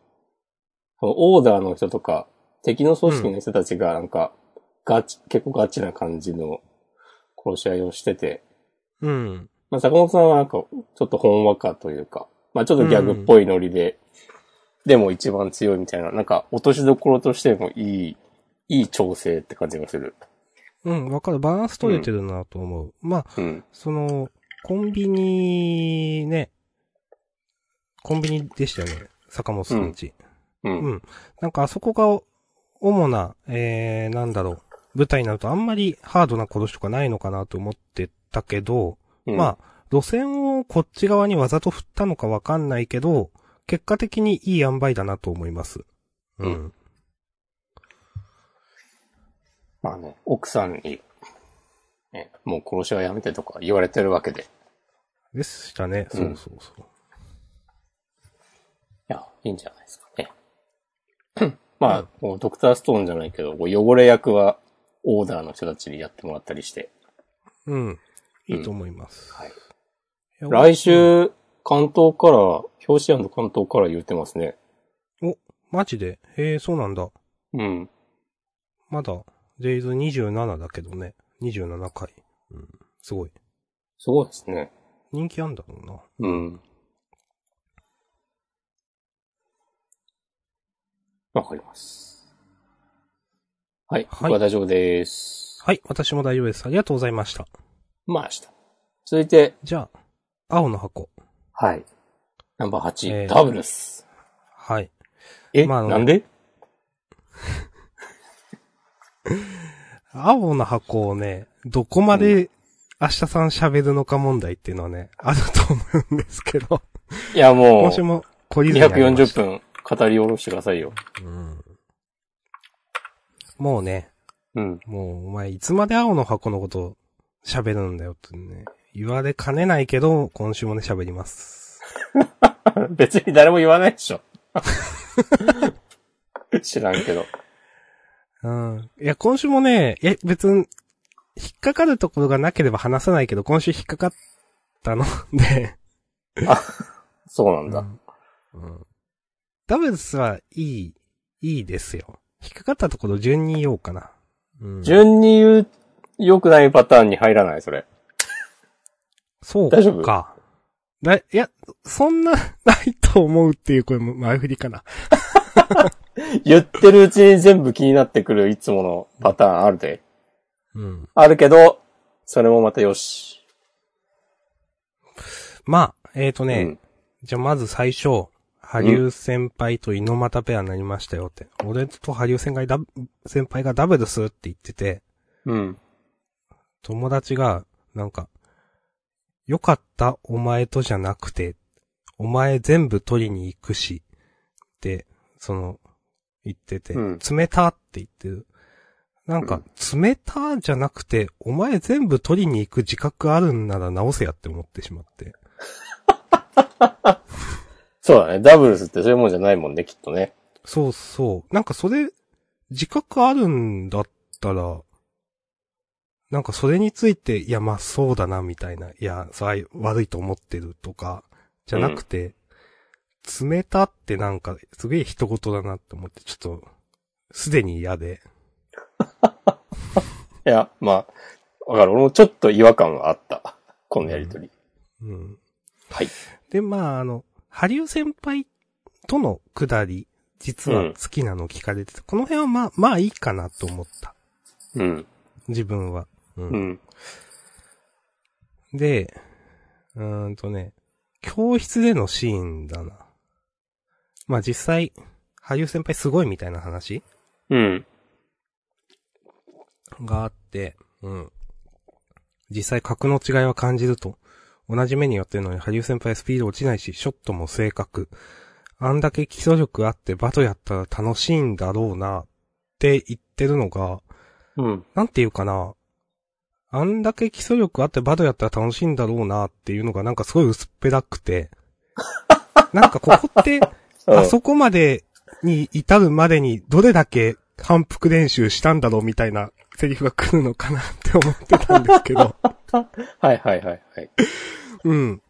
Speaker 1: そのオーダーの人とか、敵の組織の人たちがなんか、ガチ、結構ガチな感じの殺し合いをしてて、
Speaker 2: うん。
Speaker 1: まあ、坂本さんはなんか、ちょっとほんわかというか、まあ、ちょっとギャグっぽいノリで、でも一番強いみたいな、なんか、落としどころとしてもいい、いい調整って感じがする。
Speaker 2: うん、わかる。バランス取れてるなと思う。まあ、
Speaker 1: うん。
Speaker 2: その、コンビニね、コンビニでしたよね。坂本さんち。
Speaker 1: うん。
Speaker 2: うん。なんかあそこが、主な、えー、なんだろう、舞台になるとあんまりハードな殺しとかないのかなと思ってたけど、
Speaker 1: うん、
Speaker 2: まあ、路線をこっち側にわざと振ったのかわかんないけど、結果的にいい塩梅だなと思います。うん。
Speaker 1: うんまあね、奥さんに、ね、もう殺しはやめてとか言われてるわけで。い
Speaker 2: でしたね。
Speaker 1: う
Speaker 2: そうんそうそう。
Speaker 1: や、いいんじゃないですかね。まあ、こうドクターストーンじゃないけど、こう汚れ役は、オーダーの人たちにやってもらったりして。
Speaker 2: うん。いいと思います。
Speaker 1: はい
Speaker 2: や
Speaker 1: 来。週、関東から、表紙関東から言ってますね。
Speaker 2: マジでへえ、そうなんだ。
Speaker 1: うん。
Speaker 2: まだ、デイズ27だけどね。27回。うん。すごい。
Speaker 1: すごいですね。
Speaker 2: 人気あんだろうな。
Speaker 1: うん。わかります。はい。
Speaker 2: はい
Speaker 1: 僕は大丈夫です。
Speaker 2: はい、私も大丈夫です。ありがとうございました。
Speaker 1: まあ、明日。続いて、
Speaker 2: じゃあ、青の箱。
Speaker 1: はい。ナンバー8、
Speaker 2: えー
Speaker 1: ダブルス。
Speaker 2: はい。
Speaker 1: え、
Speaker 2: まあ
Speaker 1: なんで
Speaker 2: 青の箱をね、どこまで明日さん喋るのか問題っていうのはね、あると思うんですけど、
Speaker 1: いや、も
Speaker 2: 今週
Speaker 1: う、
Speaker 2: も懲りずにありまし
Speaker 1: 240
Speaker 2: た。
Speaker 1: 分語り下ろしてくださいよ。
Speaker 2: うん。もうね、
Speaker 1: うん。
Speaker 2: もうお前いつまで青の箱のこと喋るんだよってね、言われかねないけど、今週もね喋ります。
Speaker 1: 別に誰も言わないで しょ。知らんけど。
Speaker 2: うん。いや、今週もね、いや、別に、引っかかるところがなければ話さないけど、今週引っかかったので、
Speaker 1: そうなんだ。
Speaker 2: うんダブルスはいい、いいですよ。引っかかったところ順に言おうかな。うん、
Speaker 1: 順に言う、良くないパターンに入らない、それ。
Speaker 2: そう
Speaker 1: 大丈夫
Speaker 2: か。だ、いや、そんな、 ないと思うっていう、これも前振りかな。
Speaker 1: 言ってるうちに全部気になってくるいつものパターンあるで。
Speaker 2: うん。
Speaker 1: あるけど、それもまたよし。
Speaker 2: まあ、えーとね、
Speaker 1: うん
Speaker 2: じゃあまず最初、羽生先輩と猪俣ペアになりましたよって。俺と羽生先輩ダブ先輩がダブルするって言ってて、
Speaker 1: うん。
Speaker 2: 友達が、なんか、よかった、お前とじゃなくて、お前全部取りに行くし、って、その、言ってて、
Speaker 1: うん
Speaker 2: 冷たって言ってる。なんか、冷たじゃなくて、お前全部取りに行く自覚あるんなら直せやって思ってしまって。
Speaker 1: そうだね。ダブルスってそういうもんじゃないもんね、きっとね。
Speaker 2: そうそう。なんかそれ、自覚あるんだったら、なんかそれについて、いやまあそうだなみたいな、いや、それは悪いと思ってるとか、じゃなくて、冷たってなんかすげえ人事だなって思って、ちょっと、すでに嫌で。
Speaker 1: いや、まあ、わかる。俺もちょっと違和感はあった。このやりとり。
Speaker 2: うん。
Speaker 1: はい。
Speaker 2: で、まああの、羽生先輩とのくだり、実は好きなの聞かれてて、この辺はまあ、まあいいかなと思った。
Speaker 1: うん。
Speaker 2: 自分は。うん
Speaker 1: うん。
Speaker 2: で、うーんとね、教室でのシーンだな。まあ、実際、俳優先輩すごいみたいな話
Speaker 1: うん。
Speaker 2: があって、うん。実際格の違いは感じると。同じ目にやってるのに、羽生先輩はスピード落ちないし、ショットも正確。あんだけ基礎力あってバトやったら楽しいんだろうな、って言ってるのが、
Speaker 1: うん。
Speaker 2: なんていうかな。あんだけ基礎力あってバドやったら楽しいんだろうなっていうのがなんかすごい薄っぺらくて。なんかここって、あそこまでに至るまでにどれだけ反復練習したんだろうみたいなセリフが来るのかなって思ってたんですけど。
Speaker 1: はいはいはいはい。
Speaker 2: うん。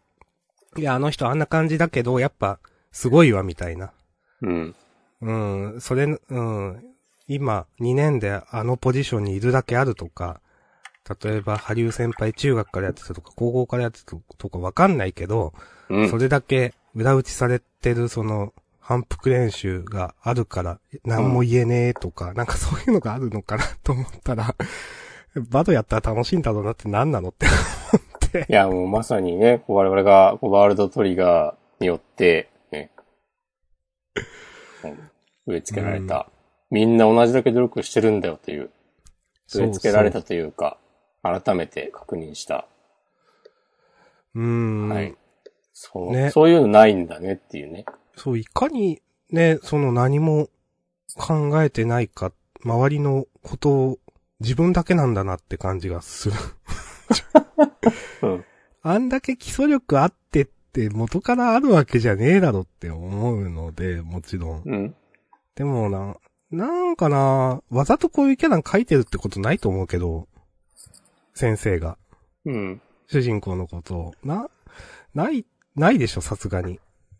Speaker 2: いや、あの人あんな感じだけど、やっぱすごいわみたいな。
Speaker 1: うん。
Speaker 2: うん、それ、うん、今、2年であのポジションにいるだけあるとか、例えば、ハリウ先輩中学からやってたとか、高校からやってたとかわかんないけど、
Speaker 1: うん
Speaker 2: そ。れだけ裏打ちされてるその、反復練習があるから、何も言えねえとか、なんかそういうのがあるのかなと思ったら、バドやったら楽しいんだろうなって何なのって。
Speaker 1: いや、もうまさにね、こう我々が、こうワールドトリガーによって、ね、うん植え付けられた、みんな同じだけ努力してるんだよという、植え付けられたというか、改めて確認した。
Speaker 2: うーん。
Speaker 1: はい。そう、
Speaker 2: ね
Speaker 1: そういうのないんだねっていうね。
Speaker 2: そう、いかにね、その何も考えてないか、周りのことを自分だけなんだなって感じがする。
Speaker 1: うん。
Speaker 2: あんだけ基礎力あってって元からあるわけじゃねえだろって思うので、もちろん。
Speaker 1: うん。
Speaker 2: でもな、なんかな、わざとこういうキャラ書いてるってことないと思うけど、先生が、
Speaker 1: うん。
Speaker 2: 主人公のことを。な、ない、ないでしょ、さすがに。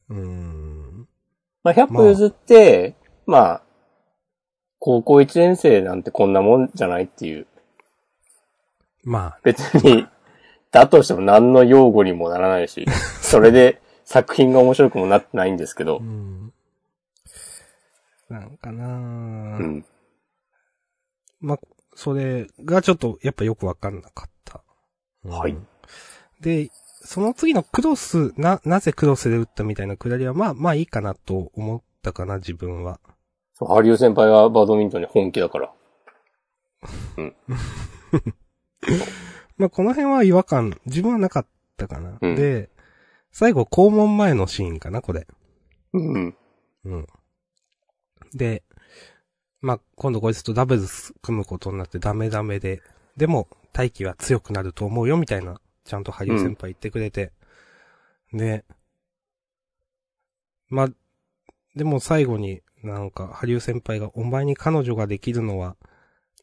Speaker 2: うーん。
Speaker 1: まあ、100歩譲って、まあ、高校1年生なんてこんなもんじゃないっていう。
Speaker 2: まあ、
Speaker 1: 別に、 だとしても何の用語にもならないし、それで作品が面白くもなってないんですけど
Speaker 2: う、んなんかな
Speaker 1: う
Speaker 2: ぁ、
Speaker 1: ん。
Speaker 2: まあ、それがちょっとやっぱよくわかんなかった。うん
Speaker 1: はい。
Speaker 2: で、その次のクロス、な、なぜクロスで打ったみたいなくだりは、まあまあいいかなと思ったかな、自分は。
Speaker 1: そう、ハリウ先輩はバドミントンに本気だから。
Speaker 2: まあこの辺は違和感、自分はなかったかな。
Speaker 1: うん
Speaker 2: で、最後、校門前のシーンかな、これ。
Speaker 1: うん。
Speaker 2: うん。で、まあ、今度こいつとダブルス組むことになってダメダメで、でも、大輝は強くなると思うよ、みたいな、ちゃんと俳優先輩言ってくれて。で、まあ、でも最後になんか、ハリウ先輩が、お前に彼女ができるのは、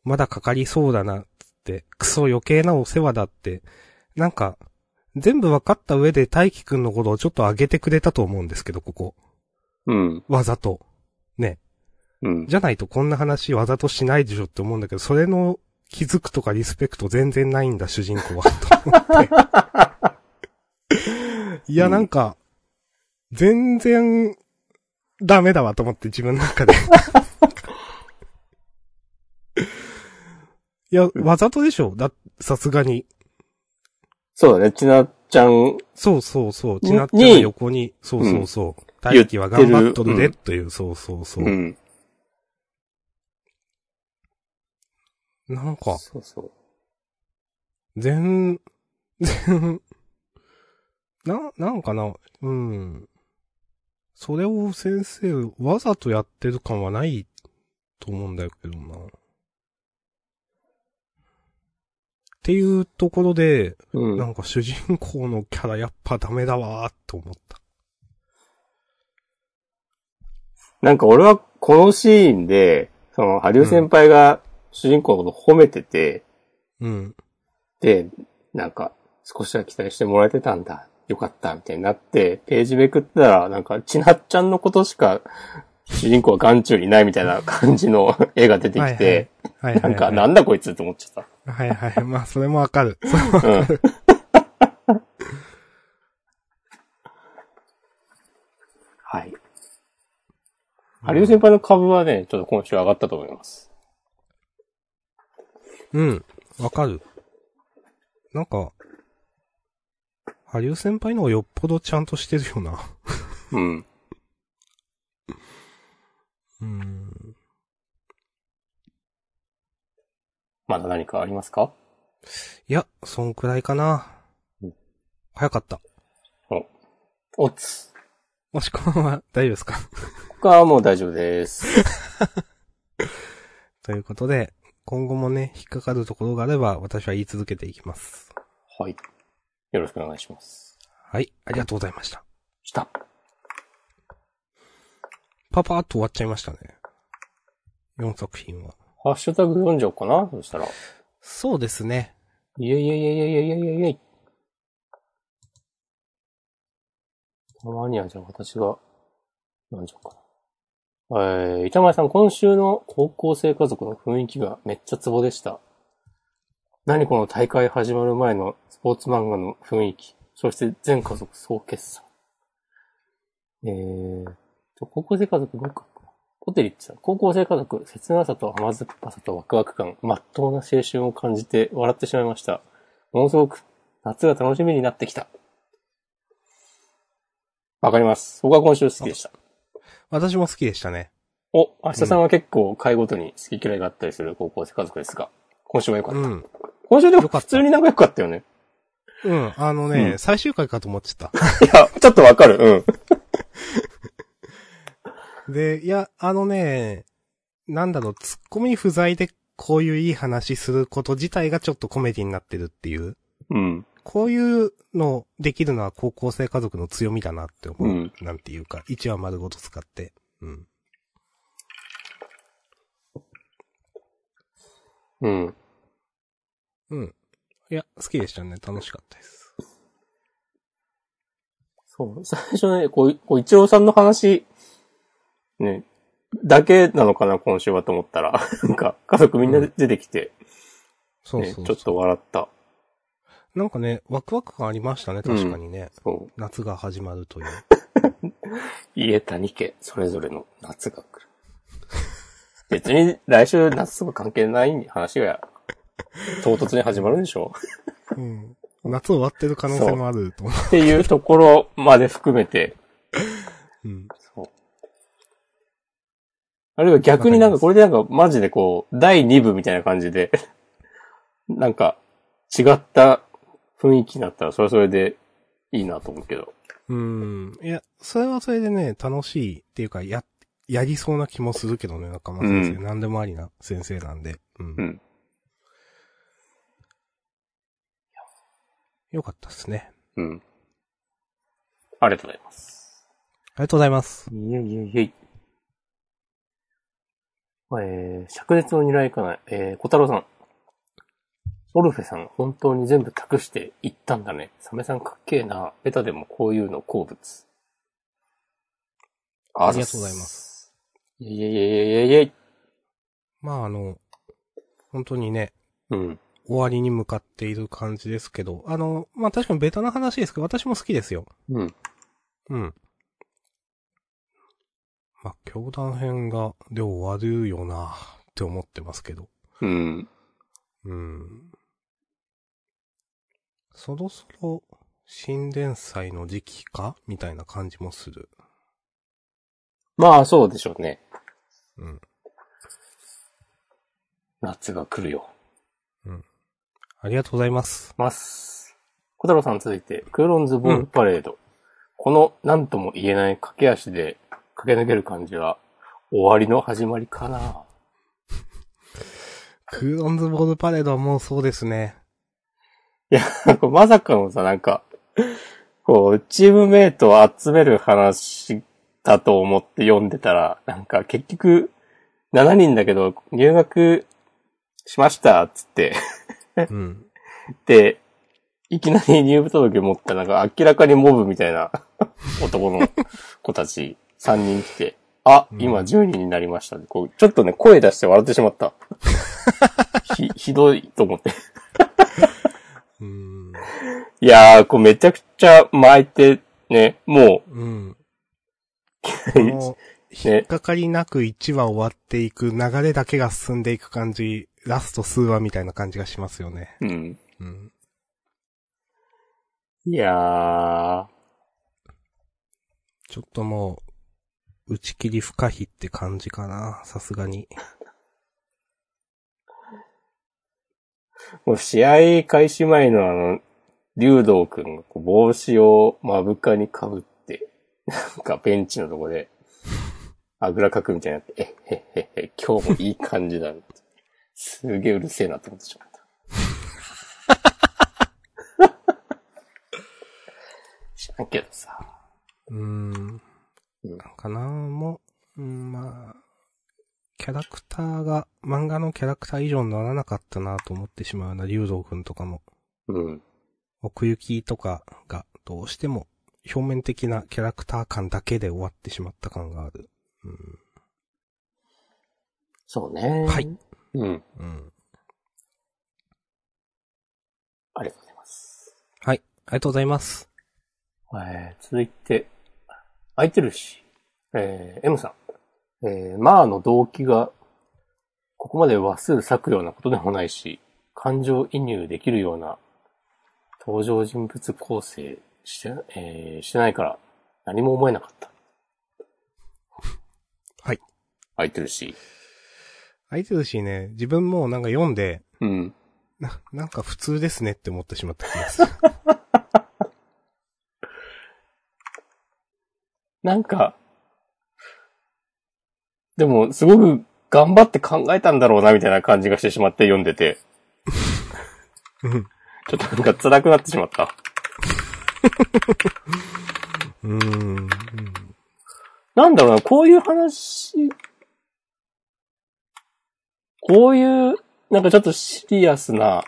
Speaker 2: まだかかりそうだな、つって、クソ余計なお世話だって、なんか、全部分かった上で大輝くんのことをちょっと上げてくれたと思うんですけど、ここ。
Speaker 1: うん。
Speaker 2: わざと。ね。
Speaker 1: うん。
Speaker 2: じゃないとこんな話わざとしないでしょって思うんだけど、それの気づくとかリスペクト全然ないんだ、主人公は。と思って。 いや、
Speaker 1: うん
Speaker 2: なんか、全然、ダメだわと思って自分の中で。 いや、わざとでしょだ、さすがに。
Speaker 1: そうだね、ちなちゃん
Speaker 2: そうそうそう。ちなっちゃんが横に、そうそうそう。大輝は頑張っとる
Speaker 1: 言っ
Speaker 2: で、
Speaker 1: て
Speaker 2: という、そうそうそうう。
Speaker 1: ん。
Speaker 2: なんか、
Speaker 1: そうそう。
Speaker 2: 全、全、な、なんかな、うん。それを先生、わざとやってる感はないと思うんだけどな。っていうところで、
Speaker 1: うん。
Speaker 2: なんか主人公のキャラやっぱダメだわーと思った。
Speaker 1: なんか俺はこのシーンで、その、ハリウ先輩が主人公のこと褒めてて、
Speaker 2: うん。
Speaker 1: で、なんか、少しは期待してもらえてたんだ。よかった、みたいになって、ページめくったら、なんか、ちなっちゃんのことしか、主人公は眼中にないみたいな感じの 絵が出てきて、
Speaker 2: はいはい
Speaker 1: なんか、
Speaker 2: は
Speaker 1: なんだこいつって思っちゃっ
Speaker 2: いはいはいはい。まあ、それもわかる。それも
Speaker 1: た。うん。はい。ハリウ先輩の株はね、ちょっと今週上がったと思います。
Speaker 2: うん。わかる。なんか、ハリウ先輩の方がよっぽどちゃんとしてるよな。
Speaker 1: うん。
Speaker 2: うん。
Speaker 1: まだ何かありますか
Speaker 2: いや、そんくらいかな
Speaker 1: うん。
Speaker 2: 早かった。
Speaker 1: おつ。
Speaker 2: もしこんは大丈夫ですか
Speaker 1: 他はもう大丈夫です。
Speaker 2: ということで、今後もね、引っかかるところがあれば、私は言い続けていきます。
Speaker 1: はい。よろしくお願いします。
Speaker 2: はい、ありがとうございました。
Speaker 1: した。
Speaker 2: パパーっと終わっちゃいましたね。4作品は。
Speaker 1: ハッシュタグ読んじゃおうかなそしたら。
Speaker 2: そうですね。
Speaker 1: いやいやいやいやいやいやいやいやたまにはじゃあ私が、なんじゃおうかな。えー、板前さん、今週の高校生家族の雰囲気がめっちゃツボでした。何この大会始まる前のスポーツ漫画の雰囲気。そして全家族総決算。えーと、高校生家族どうか。ホテリッチさん、高校生家族、切なさと甘酸っぱさとワクワク感、まっとうな青春を感じて笑ってしまいました。ものすごく、夏が楽しみになってきた。わかります。僕は今週好きでした。
Speaker 2: 私も好きでしたね。
Speaker 1: お、明日さんは結構回ごとに好き嫌いがあったりする高校生家族ですが、今週は良かった。
Speaker 2: うん。
Speaker 1: 今週でも
Speaker 2: 良かっ
Speaker 1: 普
Speaker 2: た
Speaker 1: 通になんか良かったよね。
Speaker 2: うん、あのね、
Speaker 1: うん
Speaker 2: 最終回かと思ってた。
Speaker 1: いや、ちょっとわかる。うん。
Speaker 2: で、いや、あのね、なんだろう、ツッコミ不在でこういういい話すること自体がちょっとコメディになってるっていう。
Speaker 1: うん。
Speaker 2: こういうのできるのは高校生家族の強みだなって思う。
Speaker 1: うん
Speaker 2: なんていうか、一話丸ごと使って。うん。
Speaker 1: うん。
Speaker 2: うん。いや、好きでしたね。楽しかったです。
Speaker 1: そう。 最初ね、こう、こう、一郎さんの話、ね、だけなのかな、今週はと思ったら。 なんか、家族みんなで出てきて、
Speaker 2: そうそう
Speaker 1: ね、
Speaker 2: そ
Speaker 1: ち
Speaker 2: う、
Speaker 1: ょっと笑った。
Speaker 2: なんかね、ワクワク感ありましたね。確かにね。
Speaker 1: そう。
Speaker 2: 夏が始まるという。
Speaker 1: 家谷家、それぞれの夏が来る。 別に来週夏とか関係ない話が唐突に始まるでしょ
Speaker 2: うん。夏終わってる可能性もあると思
Speaker 1: っていうところまで含めて、
Speaker 2: う。うん。
Speaker 1: そう。あるいは逆になんかこれでなんかマジでこう、第2部みたいな感じで、 なんか違った雰囲気になったらそれはそれでいいなと思うけど。
Speaker 2: うん。いや、それはそれでね、楽しいっていうか、や、やりそうな気もするけどね、中間先生。
Speaker 1: うん
Speaker 2: 何でもありな先生なんで。うん。
Speaker 1: うん
Speaker 2: よかったですね。
Speaker 1: うん。ありがとうございます。
Speaker 2: ありがとうございます。
Speaker 1: いやいやいやい。えー、灼熱の狙いかない。えー、小太郎さん。オルフェさん、本当に全部託して行ったんだね。サメさんかっけえな。ベタでもこういうの好物。あ。
Speaker 2: ありがとうございます
Speaker 1: いやいやいやいやいやいや
Speaker 2: まああの、本当にね、
Speaker 1: うん。
Speaker 2: 終わりに向かっている感じですけど、あの、まあ、確かにベタな話ですけど、私も好きですよ。
Speaker 1: うん。
Speaker 2: うん。まあ、教団編が、で終わるよな、って思ってますけど。
Speaker 1: うん。
Speaker 2: うん。そろそろ、新連祭の時期かみたいな感じもする。
Speaker 1: まあ、そうでしょうね。
Speaker 2: うん。
Speaker 1: 夏が来るよ。
Speaker 2: ありがとうございます。
Speaker 1: ます。小太郎さん続いて、クーロンズボールパレード。この、なんとも言えない駆け足で駆け抜ける感じは、終わりの始まりかな。
Speaker 2: クーロンズボールパレードはもうそうですね。
Speaker 1: なんかまさかのさ、なんか、こう、チームメイトを集める話だと思って読んでたら、なんか結局、7人だけど、入学しました、つって、
Speaker 2: うん。
Speaker 1: で、いきなり入部届持った、なんか明らかにモブみたいな 男の子たち3人来て、あ、今10人になりました。こうちょっとね、声出して笑ってしまった。ひ、ひどいと思って。
Speaker 2: うん。
Speaker 1: いやー、こうめちゃくちゃ巻いて、ね、も
Speaker 2: うん。
Speaker 1: う、
Speaker 2: もう、引っかかりなく1話終わっていく流れだけが進んでいく感じ、ラスト数話みたいな感じがしますよね。
Speaker 1: うん。
Speaker 2: うん。
Speaker 1: いやー、
Speaker 2: ちょっともう、打ち切り不可避って感じかな、さすがに。
Speaker 1: もう試合開始前のあの、竜道くんがこう帽子を目深に被って、なんかベンチのとこで、あぐらかくみたいになって、えへへへ、今日もいい感じだなって。すげえうるせえなって思ってしまった。 知らんけどさ。
Speaker 2: うーん
Speaker 1: うん。
Speaker 2: かなもう、うん、まあ、キャラクターが、漫画のキャラクター以上にならなかったなと思ってしまうな、竜道くんとかも。
Speaker 1: うん。
Speaker 2: 奥行きとかが、どうしても、表面的なキャラクター感だけで終わってしまった感がある。うん。
Speaker 1: そうね。
Speaker 2: はい。
Speaker 1: うん。
Speaker 2: うん。
Speaker 1: ありがとうございます。
Speaker 2: はい。ありがとうございます。
Speaker 1: えー続いて、空いてるし、えー M さん。えーまあの動機が、ここまで話数割くようなことでもないし、感情移入できるような登場人物構成して,、えーしてないから、何も思えなかった。
Speaker 2: はい。
Speaker 1: 空いてるし。
Speaker 2: 相手だしね、自分もなんか読んで、
Speaker 1: うん。
Speaker 2: な、なんか普通ですねって思ってしまった気が する。
Speaker 1: なんか、でも、すごく頑張って考えたんだろうな、みたいな感じがしてしまって読んでて。
Speaker 2: うん
Speaker 1: ちょっとなんか辛くなってしまった。
Speaker 2: うーん。
Speaker 1: なんだろうな、こういう話、こういう、なんかちょっとシリアスな、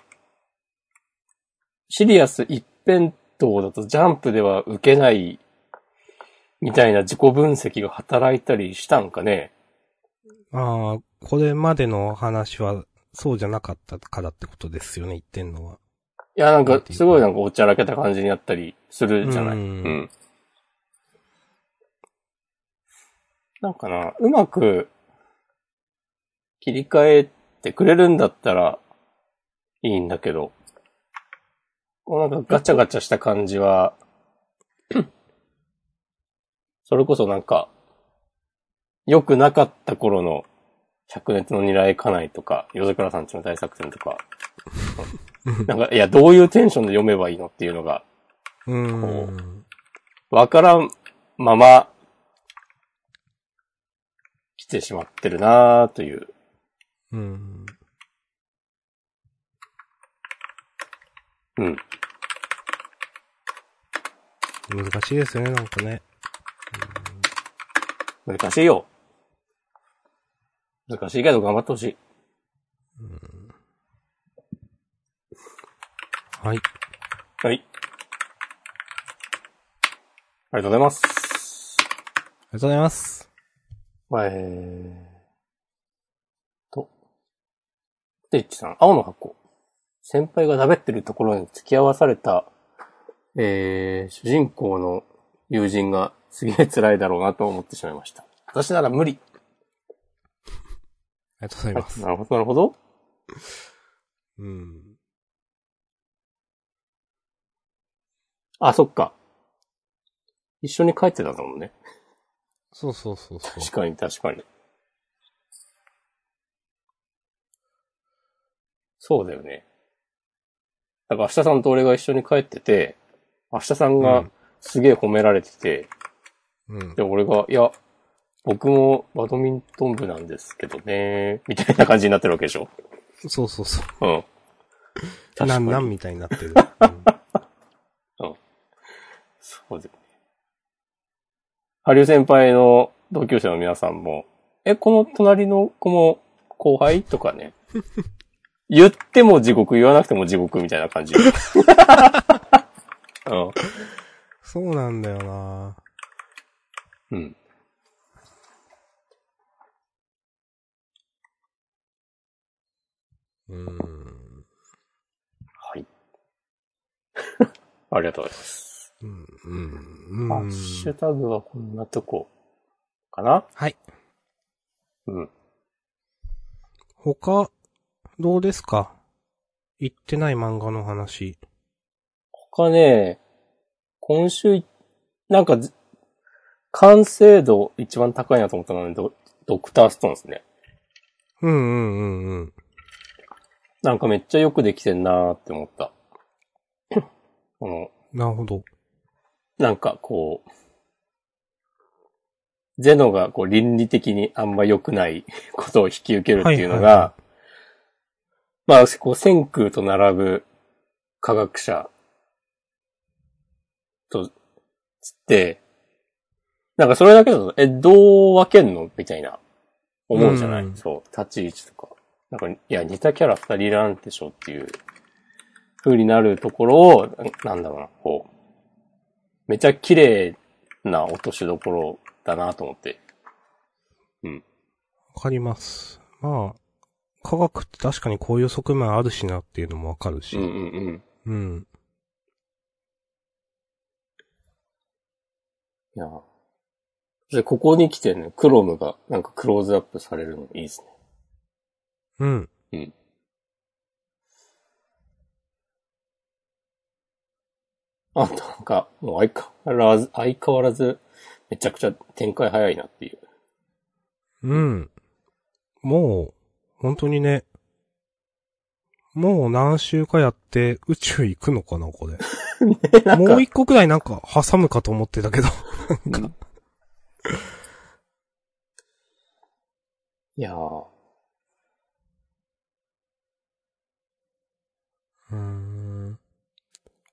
Speaker 1: シリアス一辺倒だとジャンプでは受けない、みたいな自己分析が働いたりしたんかね。
Speaker 2: ああ、これまでの話は、そうじゃなかったからってことですよね、言ってんのは。
Speaker 1: いや、なんか、すごいなんかおちゃらけた感じになったりするじゃない。
Speaker 2: う
Speaker 1: うんん。なんかな、うまく切り替えてくれるんだったらいいんだけど、こうなんかガチャガチャした感じは、 それこそなんか、良くなかった頃の灼熱の狙い家内とか、夜桜さんちの大作戦とか、なんか、いや、どういうテンションで読めばいいのっていうのが、
Speaker 2: う
Speaker 1: こ
Speaker 2: ーん。
Speaker 1: わからんまま、来てしまってるなぁという。
Speaker 2: うん。
Speaker 1: うん。
Speaker 2: 難しいですよね、なんかね。
Speaker 1: 難しいよ。難しいけど頑張ってほしい。
Speaker 2: はい。
Speaker 1: はい。ありがとうございます。
Speaker 2: ありがとうございます。
Speaker 1: えーと。で、いっちさん、青の箱。先輩が喋ってるところに付き合わされた、えー、主人公の友人がすげえ辛いだろうなと思ってしまいました。私なら無理。
Speaker 2: ありがとうござい
Speaker 1: はい
Speaker 2: ます。
Speaker 1: なるほど、なるほど。
Speaker 2: うん。
Speaker 1: あ、そっか。一緒に帰ってたんだもんね。
Speaker 2: そうそうそうそう。
Speaker 1: 確かに、確かに。そうだよね。だから、明日さんと俺が一緒に帰ってて、明日さん
Speaker 2: う
Speaker 1: が
Speaker 2: ん
Speaker 1: すげえ褒められてて、
Speaker 2: うん
Speaker 1: で、。俺が、いや、僕もバドミントン部なんですけどね、みたいな感じになってるわけでしょ。
Speaker 2: そうそうそ
Speaker 1: うん。
Speaker 2: う。
Speaker 1: 確
Speaker 2: な
Speaker 1: か
Speaker 2: ん
Speaker 1: に。
Speaker 2: なんみたいになってる。うん
Speaker 1: そうですね。ハリウ先輩の同級生の皆さんも、え、この隣の子も後輩とかね。 言っても地獄、言わなくても地獄みたいな感じ。 うん。
Speaker 2: そうなんだよな
Speaker 1: うん。
Speaker 2: うん。
Speaker 1: はい。ありがとうございます。
Speaker 2: うん。うん。
Speaker 1: ハ
Speaker 2: うん
Speaker 1: ッシュタグはこんなとこかな
Speaker 2: はい。
Speaker 1: うん。
Speaker 2: 他、どうですか言ってない漫画の話。
Speaker 1: 他ね、今週い、なんかず、完成度一番高いなと思ったのはね、ドドクターストーンですね。
Speaker 2: うんうんうんうん。
Speaker 1: なんかめっちゃよくできてんなーって思った。 この、
Speaker 2: なるほど。
Speaker 1: なんかこう、ゼノがこう倫理的にあんま良くない ことを引き受けるっていうのが、
Speaker 2: はいはいは
Speaker 1: まあ、こう、千空と並ぶ科学者と、つって、なんかそれだけだと、え、どう分けんのみたいな、思うじゃない、
Speaker 2: うん
Speaker 1: そう、立ち位置とか。なんか、いや、似たキャラ二人いらんでしょっていう、風になるところを、ななんだろうな、こう、めちゃ綺麗な落としどころだなと思って。
Speaker 2: わかります。まあ、科学って確かにこういう側面あるしなっていうのもわかるし。
Speaker 1: うんうんうん。
Speaker 2: うん。
Speaker 1: いや。で、ここに来てね、クロムがなんかクローズアップされるのいいですね。
Speaker 2: うん。
Speaker 1: あとなんか、もう相変わらず、相変わらず、めちゃくちゃ展開早いなっていう。
Speaker 2: うん。もう、本当にね、もう何週かやって宇宙行くのかな、 これ。
Speaker 1: なんか
Speaker 2: もう一個くらいなんか挟むかと思ってたけど。
Speaker 1: いやー、
Speaker 2: うーん。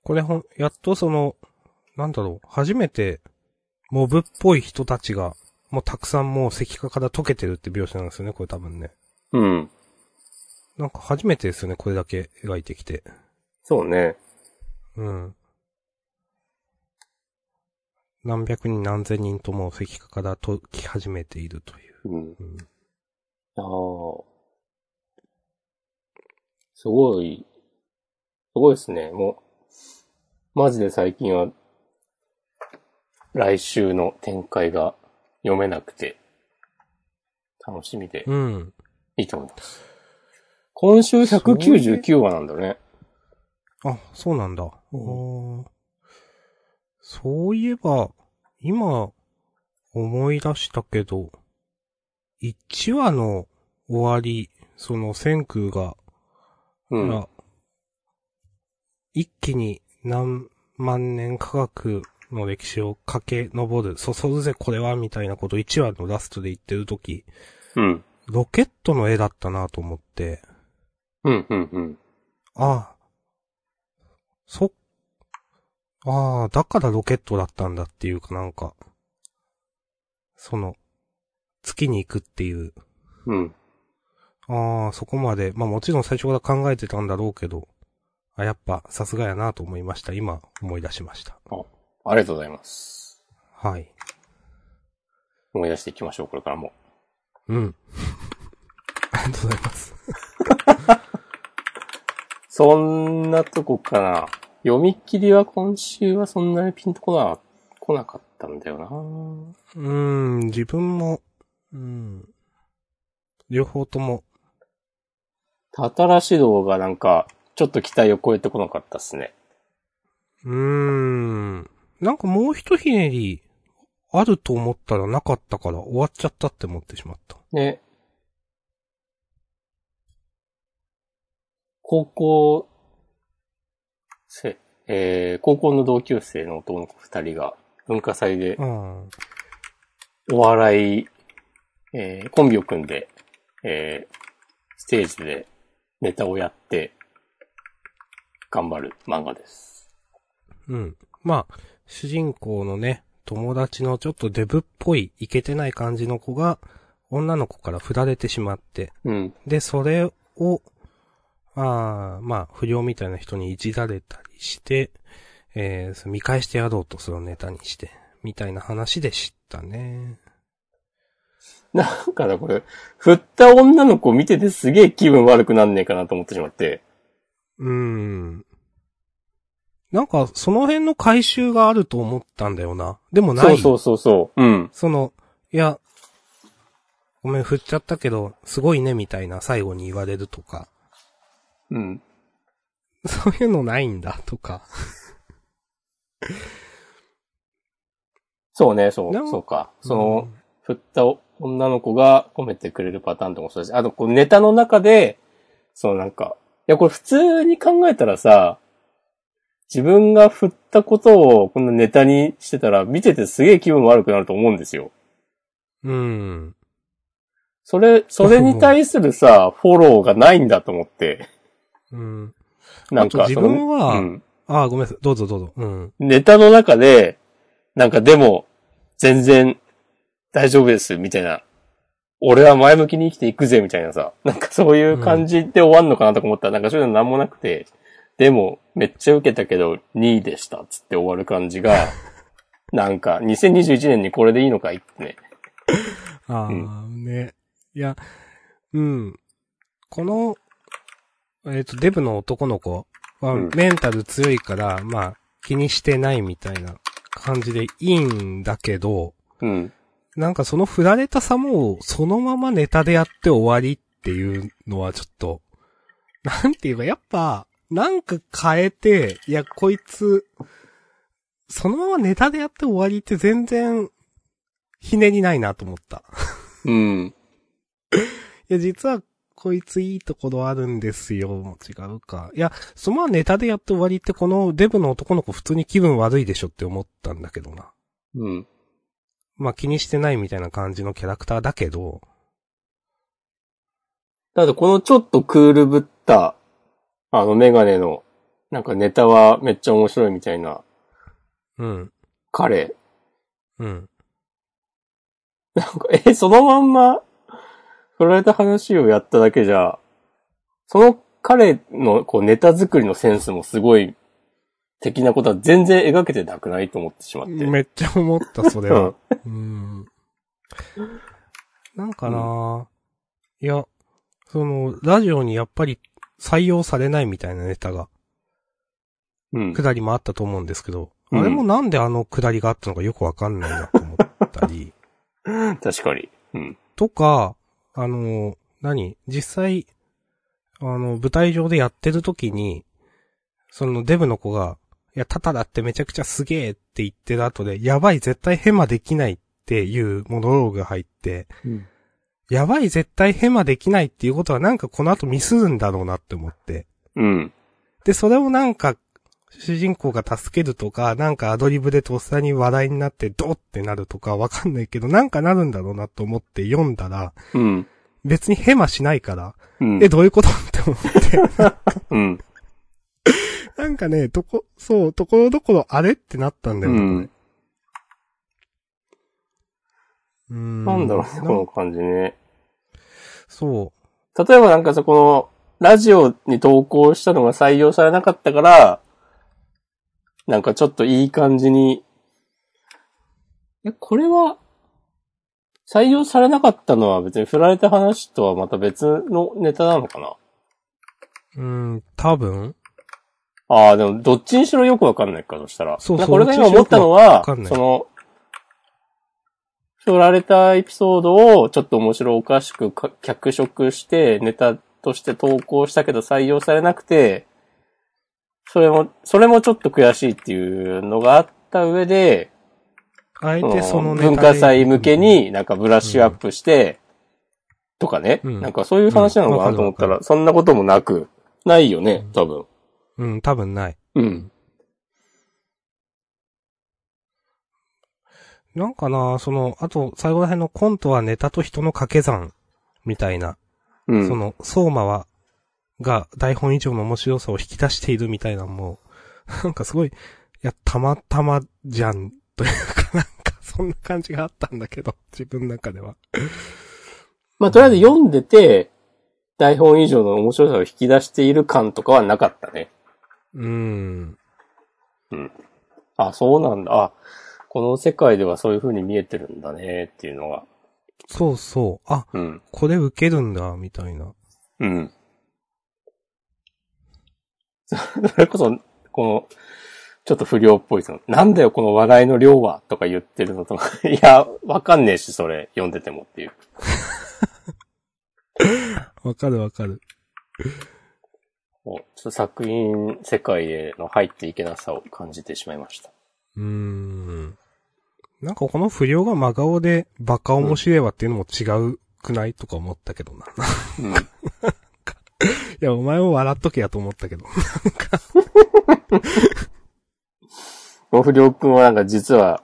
Speaker 2: これほん、やっとその、なんだろう、初めて、モブっぽい人たちが、もうたくさんもう石化から溶けてるって描写なんですよね、これ多分ね。
Speaker 1: うん。
Speaker 2: なんか初めてですよね、これだけ描いてきて。
Speaker 1: そうね。
Speaker 2: うん。何百人何千人とも石化から解き始めているという。
Speaker 1: うん。い
Speaker 2: うん、
Speaker 1: やーすごい、すごいですね。もう、マジで最近は、来週の展開が読めなくて、楽しみで
Speaker 2: うん。
Speaker 1: いいと思います。今週199話なんだね。
Speaker 2: あ、そうなんだ。おーそういえば、今、思い出したけど、1話の終わり、その千空が、
Speaker 1: うん。
Speaker 2: ほら一気に何万年科学の歴史を駆け上る、そそるぜこれは、みたいなこと1話のラストで言ってるとき、
Speaker 1: うん。
Speaker 2: ロケットの絵だったなと思って、
Speaker 1: うん、うん、うん。
Speaker 2: ああ。そっ、ああ、だからロケットだったんだっていうかなんか、その、月に行くっていう、
Speaker 1: うん。
Speaker 2: ああ、そこまで、まあもちろん最初から考えてたんだろうけど、あ、やっぱさすがやなと思いました。今思い出しました。
Speaker 1: ありがとうございます。
Speaker 2: はい。
Speaker 1: 思い出していきましょう、これからも。
Speaker 2: うん。ありがとうございます。
Speaker 1: そんなとこかな。読み切りは今週はそんなにピンとこな、来なかったんだよな。
Speaker 2: うーん、自分も、うん。両方とも、
Speaker 1: たたら指導がなんか、ちょっと期待を超えてこなかったっすね。
Speaker 2: うーん。なんかもう一ひねり、あると思ったらなかったから終わっちゃったって思ってしまった。
Speaker 1: ね。高校生、えー、高校の同級生の男の子二人が文化祭で
Speaker 2: うん。
Speaker 1: お笑い、えーコンビを組んで、えーステージでネタをやって、頑張る漫画です。
Speaker 2: うん。まあ、主人公のね、友達のちょっとデブっぽい、イケてない感じの子が、女の子から振られてしまって、
Speaker 1: うん。
Speaker 2: で、それを、あーまあ、不良みたいな人にいじられたりして、えー見返してやろうとそれをネタにして、みたいな話でしたね。
Speaker 1: なんかね、これ、振った女の子見ててすげえ気分悪くなんねえかなと思ってしまって。
Speaker 2: うーん。なんか、その辺の回収があると思ったんだよな。でもな
Speaker 1: そ
Speaker 2: い。
Speaker 1: うそうそうそう。うん。
Speaker 2: その、いや、ごめん、振っちゃったけど、すごいね、みたいな最後に言われるとか、
Speaker 1: うん。
Speaker 2: そういうのないんだ、とか。
Speaker 1: そうね、そう、
Speaker 2: なん
Speaker 1: そうか。その、振った女の子が褒めてくれるパターンとかもそうだし、あと、こうネタの中で、そのなんか、いや、これ普通に考えたらさ、自分が振ったことをこんなネタにしてたら、見ててすげえ気分悪くなると思うんですよ。
Speaker 2: うん。
Speaker 1: それ、それに対する さ、フォローがないんだと思って。
Speaker 2: うん。
Speaker 1: なんか
Speaker 2: あと
Speaker 1: その、
Speaker 2: 自分は
Speaker 1: うん
Speaker 2: ああ、ごめんなさい。どうぞどうぞ。うん。
Speaker 1: ネタの中で、なんかでも、全然大丈夫です、みたいな。俺は前向きに生きていくぜ、みたいなさ。なんかそういう感じで終わんのかなとか思ったら、なんかそういうのなんもなくて、でも、めっちゃ受けたけど、2位でした、つって終わる感じ が、なんか、2021年にこれでいいのかいってね。
Speaker 2: ああ、ね。いや、うん。この、えっ、と、デブの男の子は、
Speaker 1: うん
Speaker 2: メンタル強いから、まあ、気にしてないみたいな感じでいいんだけど、
Speaker 1: うん。
Speaker 2: なんかその振られた様をそのままネタでやって終わりっていうのはちょっと、なんて言えばやっぱ、なんか変えて、いや、こいつ、そのままネタでやって終わりって全然、ひねりないなと思った。
Speaker 1: うん。
Speaker 2: いや、実は、こいついいところあるんですよ。もう違うか。いや、そのままネタでやって終わりって、このデブの男の子普通に気分悪いでしょって思ったんだけどな。
Speaker 1: うん。
Speaker 2: まあ気にしてないみたいな感じのキャラクターだけど、
Speaker 1: ただこのちょっとクールぶった、あのメガネの、なんかネタはめっちゃ面白いみたいな
Speaker 2: うん、
Speaker 1: 彼、
Speaker 2: うん。
Speaker 1: なんか え、そのまんま、振られた話をやっただけじゃ、その彼のこうネタ作りのセンスもすごい、的なことは全然描けてなくないと思ってしまって。
Speaker 2: めっちゃ思った、それ
Speaker 1: う
Speaker 2: は
Speaker 1: ん。。
Speaker 2: うん。なんかなぁ、いや、その、ラジオにやっぱり採用されないみたいなネタが、
Speaker 1: うん。
Speaker 2: くだりもあったと思うんですけど、
Speaker 1: うん
Speaker 2: あれもなんであのくだりがあったのかよくわかんないなと思ったり、
Speaker 1: 確かに。うん。
Speaker 2: とか、あの、何実際、あの、舞台上でやってる時に、そのデブの子が、いや、タタラってめちゃくちゃすげえって言ってる後で、やばい、絶対ヘマできないっていうモノローグが入って、
Speaker 1: うん
Speaker 2: やばい、絶対ヘマできないっていうことはなんかこの後ミスるんだろうなって思って。
Speaker 1: うん。
Speaker 2: で、それをなんか、主人公が助けるとか、なんかアドリブでとっさに話題になってドってなるとかわかんないけど、なんかなるんだろうなと思って読んだら、
Speaker 1: うん。
Speaker 2: 別にヘマしないから、
Speaker 1: うん
Speaker 2: え、。どういうことって思って。
Speaker 1: うん。
Speaker 2: なんかね、とこ、そう、ところどころあれってなったんだ
Speaker 1: う
Speaker 2: よね。
Speaker 1: ん。
Speaker 2: うーん
Speaker 1: なんだろうね、この感じね。
Speaker 2: そ
Speaker 1: 例えばなんかそこの、ラジオに投稿したのが採用されなかったから、なんかちょっといい感じに、え、これは、採用されなかったのは別に振られた話とはまた別のネタなのかな
Speaker 2: う。うん、多分。
Speaker 1: ああ、でも、どっちにしろよくわかんないか、そしたら。
Speaker 2: そう
Speaker 1: なん
Speaker 2: そう
Speaker 1: か俺が今思ったのは、
Speaker 2: どっちにし
Speaker 1: そ
Speaker 2: ろ
Speaker 1: の、振られたエピソードを、ちょっと面白おかしくか脚色して、ネタとして投稿したけど採用されなくて、それも、それもちょっと悔しいっていうのがあった上で、
Speaker 2: あえてそのネタで
Speaker 1: 文化祭向け、になんかブラッシュアップして、とかね、
Speaker 2: うん
Speaker 1: なんかそういう話なのかなと思った
Speaker 2: うんわかるわ
Speaker 1: ら、そんなこともなく、ないよね、多分。
Speaker 2: うん、多分ない。
Speaker 1: うん。
Speaker 2: なんかな、その、あと、最後ら辺のコントはネタと人の掛け算、みたいな。
Speaker 1: うん。
Speaker 2: その、相馬は、が台本以上の面白さを引き出しているみたいなのも う、なんかすごい、いや、たまたまじゃん、というか、なんか、そんな感じがあったんだけど、 自分の中では。
Speaker 1: まあ、とりあえず読んでて、台本以上の面白さを引き出している感とかはなかったね。
Speaker 2: うん。
Speaker 1: あ、そうなんだ。あ、この世界ではそういう風に見えてるんだね、っていうのが。
Speaker 2: そうそう。あ、
Speaker 1: うん。
Speaker 2: これ受けるんだ、みたいな。
Speaker 1: うん。 それこそ、この、ちょっと不良っぽいその、なんだよこの笑いの量はとか言ってるのとか、 いや、わかんねえし、それ、読んでてもっていう。
Speaker 2: わかるわかる。
Speaker 1: こうちょっと作品世界への入っていけなさを感じてしまいました。
Speaker 2: うーん。なんかこの不良が真顔でバカ面白いわっていうのも違うくないとか思ったけどな。い
Speaker 1: うん。
Speaker 2: や、お前も笑っとけやと思 ったけど。
Speaker 1: この不良くんはなんか実は、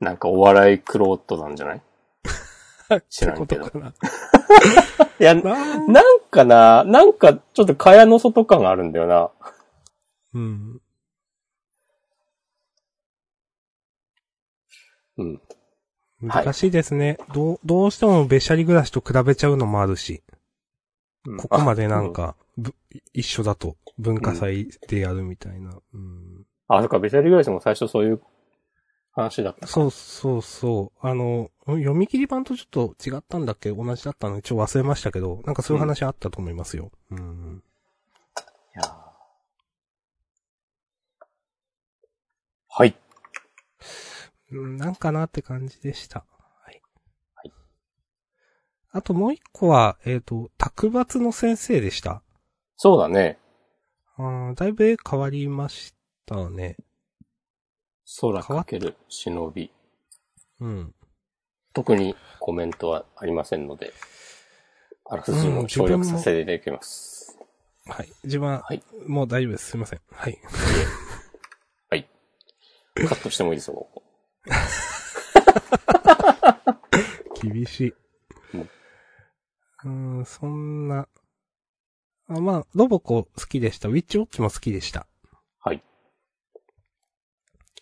Speaker 1: なんかお笑いクロートなんじゃない知らんけど
Speaker 2: ってことかな。
Speaker 1: いや、
Speaker 2: なん
Speaker 1: なんかな、なんかちょっと蚊帳の外感があるんだよな。
Speaker 2: うん。
Speaker 1: うん。はい
Speaker 2: 難しいですね。どう、どうしてもべしゃり暮らしと比べちゃうのもあるし、ここまでなんか、ぶ一緒だと、文化祭でやるみたいな。うん
Speaker 1: あ。あ、そっか、ベシャリ暮らしも最初そういう話だった。
Speaker 2: そうそうそう。あの、読み切り版とちょっと違ったんだっけ同じだったのちょっと忘れましたけど、なんかそういう話あったと思いますよ。うん。
Speaker 1: いやーはい。
Speaker 2: うんなんかなって感じでした。はい。
Speaker 1: はい
Speaker 2: あともう一個は、えっ、と、卓抜の先生でした。
Speaker 1: そうだね。
Speaker 2: あーだいぶ絵変わりましたね。
Speaker 1: 空かける忍び。
Speaker 2: うん。
Speaker 1: 特にコメントはありませんので、あらすじ
Speaker 2: うん
Speaker 1: も
Speaker 2: 自分
Speaker 1: 省
Speaker 2: も
Speaker 1: 略させていただきます。
Speaker 2: はい。自分は、
Speaker 1: はい
Speaker 2: もう大丈夫です。すいません。はい。
Speaker 1: カットしてもいいですよ、ここ
Speaker 2: 厳しい。うん、そんな。あまあ、ロボコ好きでした。ウィッチウォッチも好きでした。
Speaker 1: はい。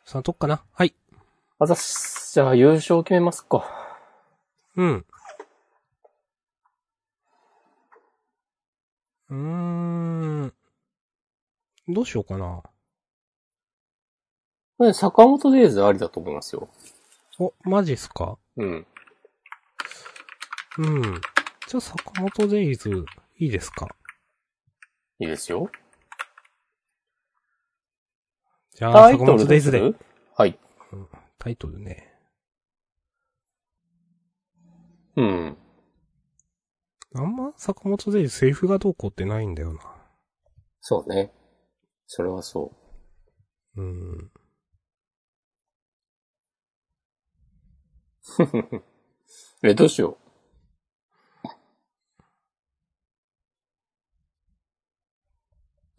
Speaker 2: そのとこかなはい。
Speaker 1: あざっすじゃあ優勝決めますか。
Speaker 2: うん。うーん。どうしようかな。
Speaker 1: ね坂本デイズありだと思いますよ。
Speaker 2: お、マジっすか
Speaker 1: うん。
Speaker 2: うん。じゃあ、坂本デイズ、いいですか
Speaker 1: いいですよ。
Speaker 2: じゃあ、
Speaker 1: タイト
Speaker 2: 坂
Speaker 1: ルどう
Speaker 2: 本
Speaker 1: す
Speaker 2: デイズで。
Speaker 1: るはい。
Speaker 2: うんタイトルね。
Speaker 1: うん。
Speaker 2: あんま坂本デイズセリフがどうこうってないんだよな。
Speaker 1: そうね。それはそ
Speaker 2: うん。
Speaker 1: う。え、どうしよ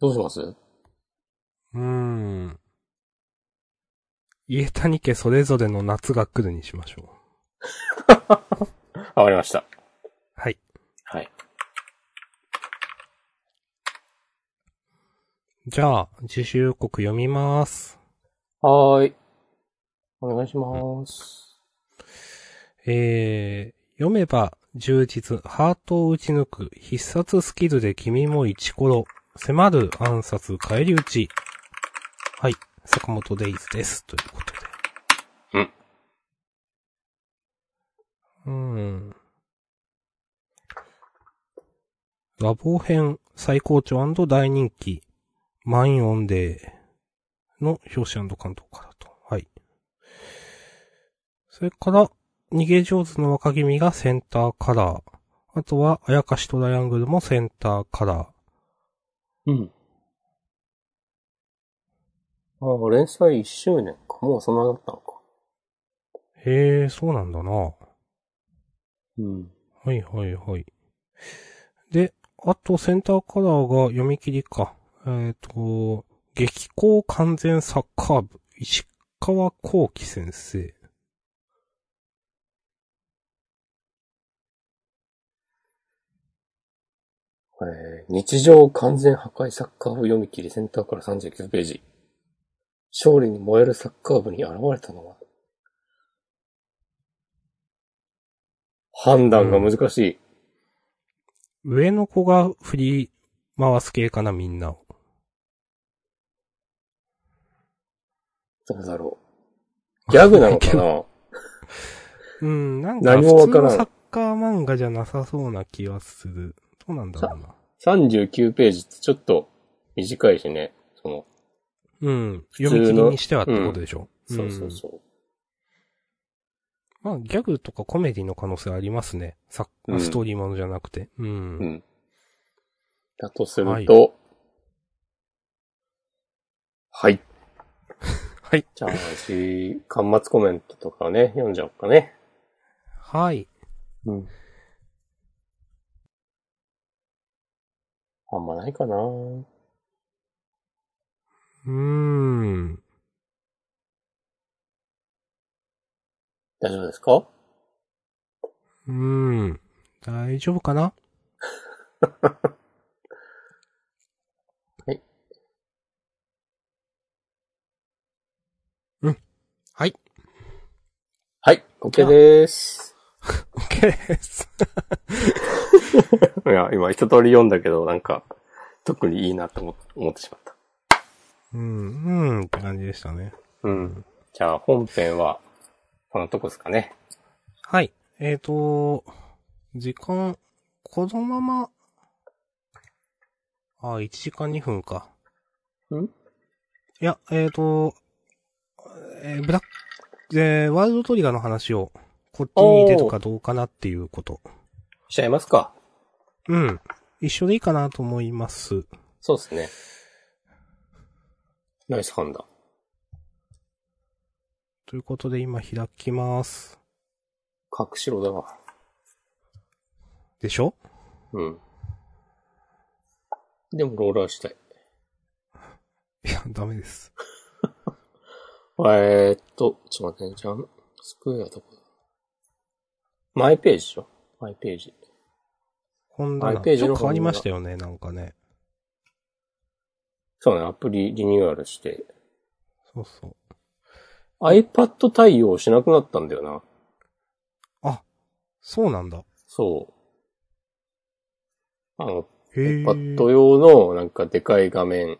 Speaker 1: う。どうします
Speaker 2: うん。家谷家それぞれの夏が来るにしましょう。
Speaker 1: わかりました。
Speaker 2: はい。
Speaker 1: はい。
Speaker 2: じゃあ、自主予告読みます。
Speaker 1: はーい。お願いします。
Speaker 2: えー、読めば充実、ハートを打ち抜く、必殺スキルで君も一頃、迫る暗殺、返り討ち。はい、坂本デイズです。ということで。うん。うん。ラボ編、最高潮大人気、満員御礼の表紙関東からと。はい。それから、逃げ上手の若君がセンターカラー。あとは、あやかしトライアングルもセンターカラー。
Speaker 1: うん。ああ、連載1周年か。もうそんなだったのか。
Speaker 2: へえ、そうなんだな。は
Speaker 1: うん。
Speaker 2: いはいはい。で、あとセンターカラーが読み切りか。えっ、と、激高完全サッカー部、石川幸喜先生。
Speaker 1: えー日常完全破壊サッカー部読み切りセンターから39ページ。勝利に燃えるサッカー部に現れたのは、判断が難しい。
Speaker 2: 上の子が振り回す系かな、みんなを。
Speaker 1: どうだろう。ギャグなのかな
Speaker 2: うん、なんか
Speaker 1: 何も
Speaker 2: 普
Speaker 1: わ
Speaker 2: 通
Speaker 1: からん
Speaker 2: のサッカー漫画じゃなさそうな気はする。どうなんだろうな。
Speaker 1: ?39 ページってちょっと短いしね。その、
Speaker 2: うん。
Speaker 1: 通の
Speaker 2: 読み切りにしてはってことでしょ。
Speaker 1: そうそうそう。
Speaker 2: まあ、ギャグとかコメディの可能性ありますね。さ
Speaker 1: うん
Speaker 2: ストーリーものじゃなくて。うん。
Speaker 1: うん。だとす
Speaker 2: は
Speaker 1: る
Speaker 2: い
Speaker 1: と、はい。
Speaker 2: はい。
Speaker 1: じゃあ、私、端末コメントとかね、読んじゃおうかね。
Speaker 2: はい。
Speaker 1: うん。あんまないかな
Speaker 2: うーん。
Speaker 1: 大丈夫ですか
Speaker 2: うーん。大丈夫かな
Speaker 1: はい。
Speaker 2: うん。はい。
Speaker 1: はい、OK です。
Speaker 2: OK です。
Speaker 1: いや、今一通り読んだけど、なんか、特にいいなと思思ってしまった。
Speaker 2: うん、うんって感じでしたね。
Speaker 1: うん。じゃあ、本編は、こんなとこですかね。
Speaker 2: はい。えーと、時間、このまま、あ、1時間2分か。
Speaker 1: ん
Speaker 2: いや、えーと、えーブラック、えーワールドトリガーの話を、こっちに出るかどうかなっていうこと。
Speaker 1: しちゃいますか。
Speaker 2: うん。一緒でいいかなと思います。
Speaker 1: そうですね。ナイス判断。
Speaker 2: ということで今開きます。
Speaker 1: 隠しろだわ。
Speaker 2: でしょ
Speaker 1: うん。でも、ローラーしたい。
Speaker 2: いや、ダメです。
Speaker 1: えーっと、ちょっと待ってね、じゃあ、スクエアどこだマイページでしょマイページ。
Speaker 2: こん
Speaker 1: マ
Speaker 2: な
Speaker 1: イページ
Speaker 2: ちょ
Speaker 1: の
Speaker 2: っと
Speaker 1: 方
Speaker 2: 変わりましたよね、なんかね。
Speaker 1: そうね、アプリリニューアルして。
Speaker 2: そうそう。
Speaker 1: iPad 対応しなくなったんだよな。
Speaker 2: あ、そうなんだ。
Speaker 1: そう。あの、
Speaker 2: へー
Speaker 1: iPad 用のなんかでかい画面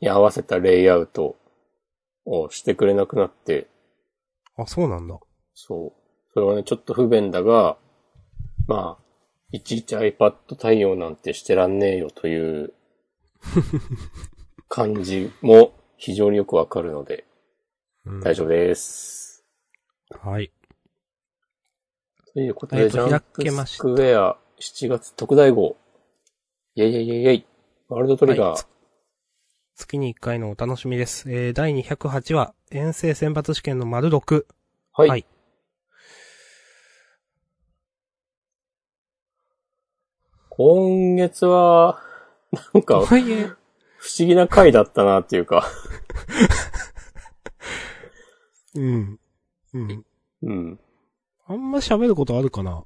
Speaker 1: に合わせたレイアウトをしてくれなくなって、
Speaker 2: あ、そうなんだ。
Speaker 1: そう。それはね、ちょっと不便だが、まあ、いちいち iPad 対応なんてしてらんねえよという感じも非常によくわかるので
Speaker 2: うん
Speaker 1: 大丈夫です。
Speaker 2: はい。
Speaker 1: ということ
Speaker 2: え
Speaker 1: で、
Speaker 2: ーと
Speaker 1: ジャン
Speaker 2: 開け
Speaker 1: プ
Speaker 2: まし
Speaker 1: ス
Speaker 2: た
Speaker 1: クエア7月特大号。イェイイェイイェイイェイ。ワールドトリガ
Speaker 2: は
Speaker 1: ー。
Speaker 2: い月に1回のお楽しみです。えー、第208話、遠征選抜試験の丸6。
Speaker 1: はい。
Speaker 2: はい
Speaker 1: 今月は、なんか、
Speaker 2: はいえ。
Speaker 1: 不思議な回だったなっていうか、
Speaker 2: うん。うん。
Speaker 1: うん。
Speaker 2: あんま喋ることあるかな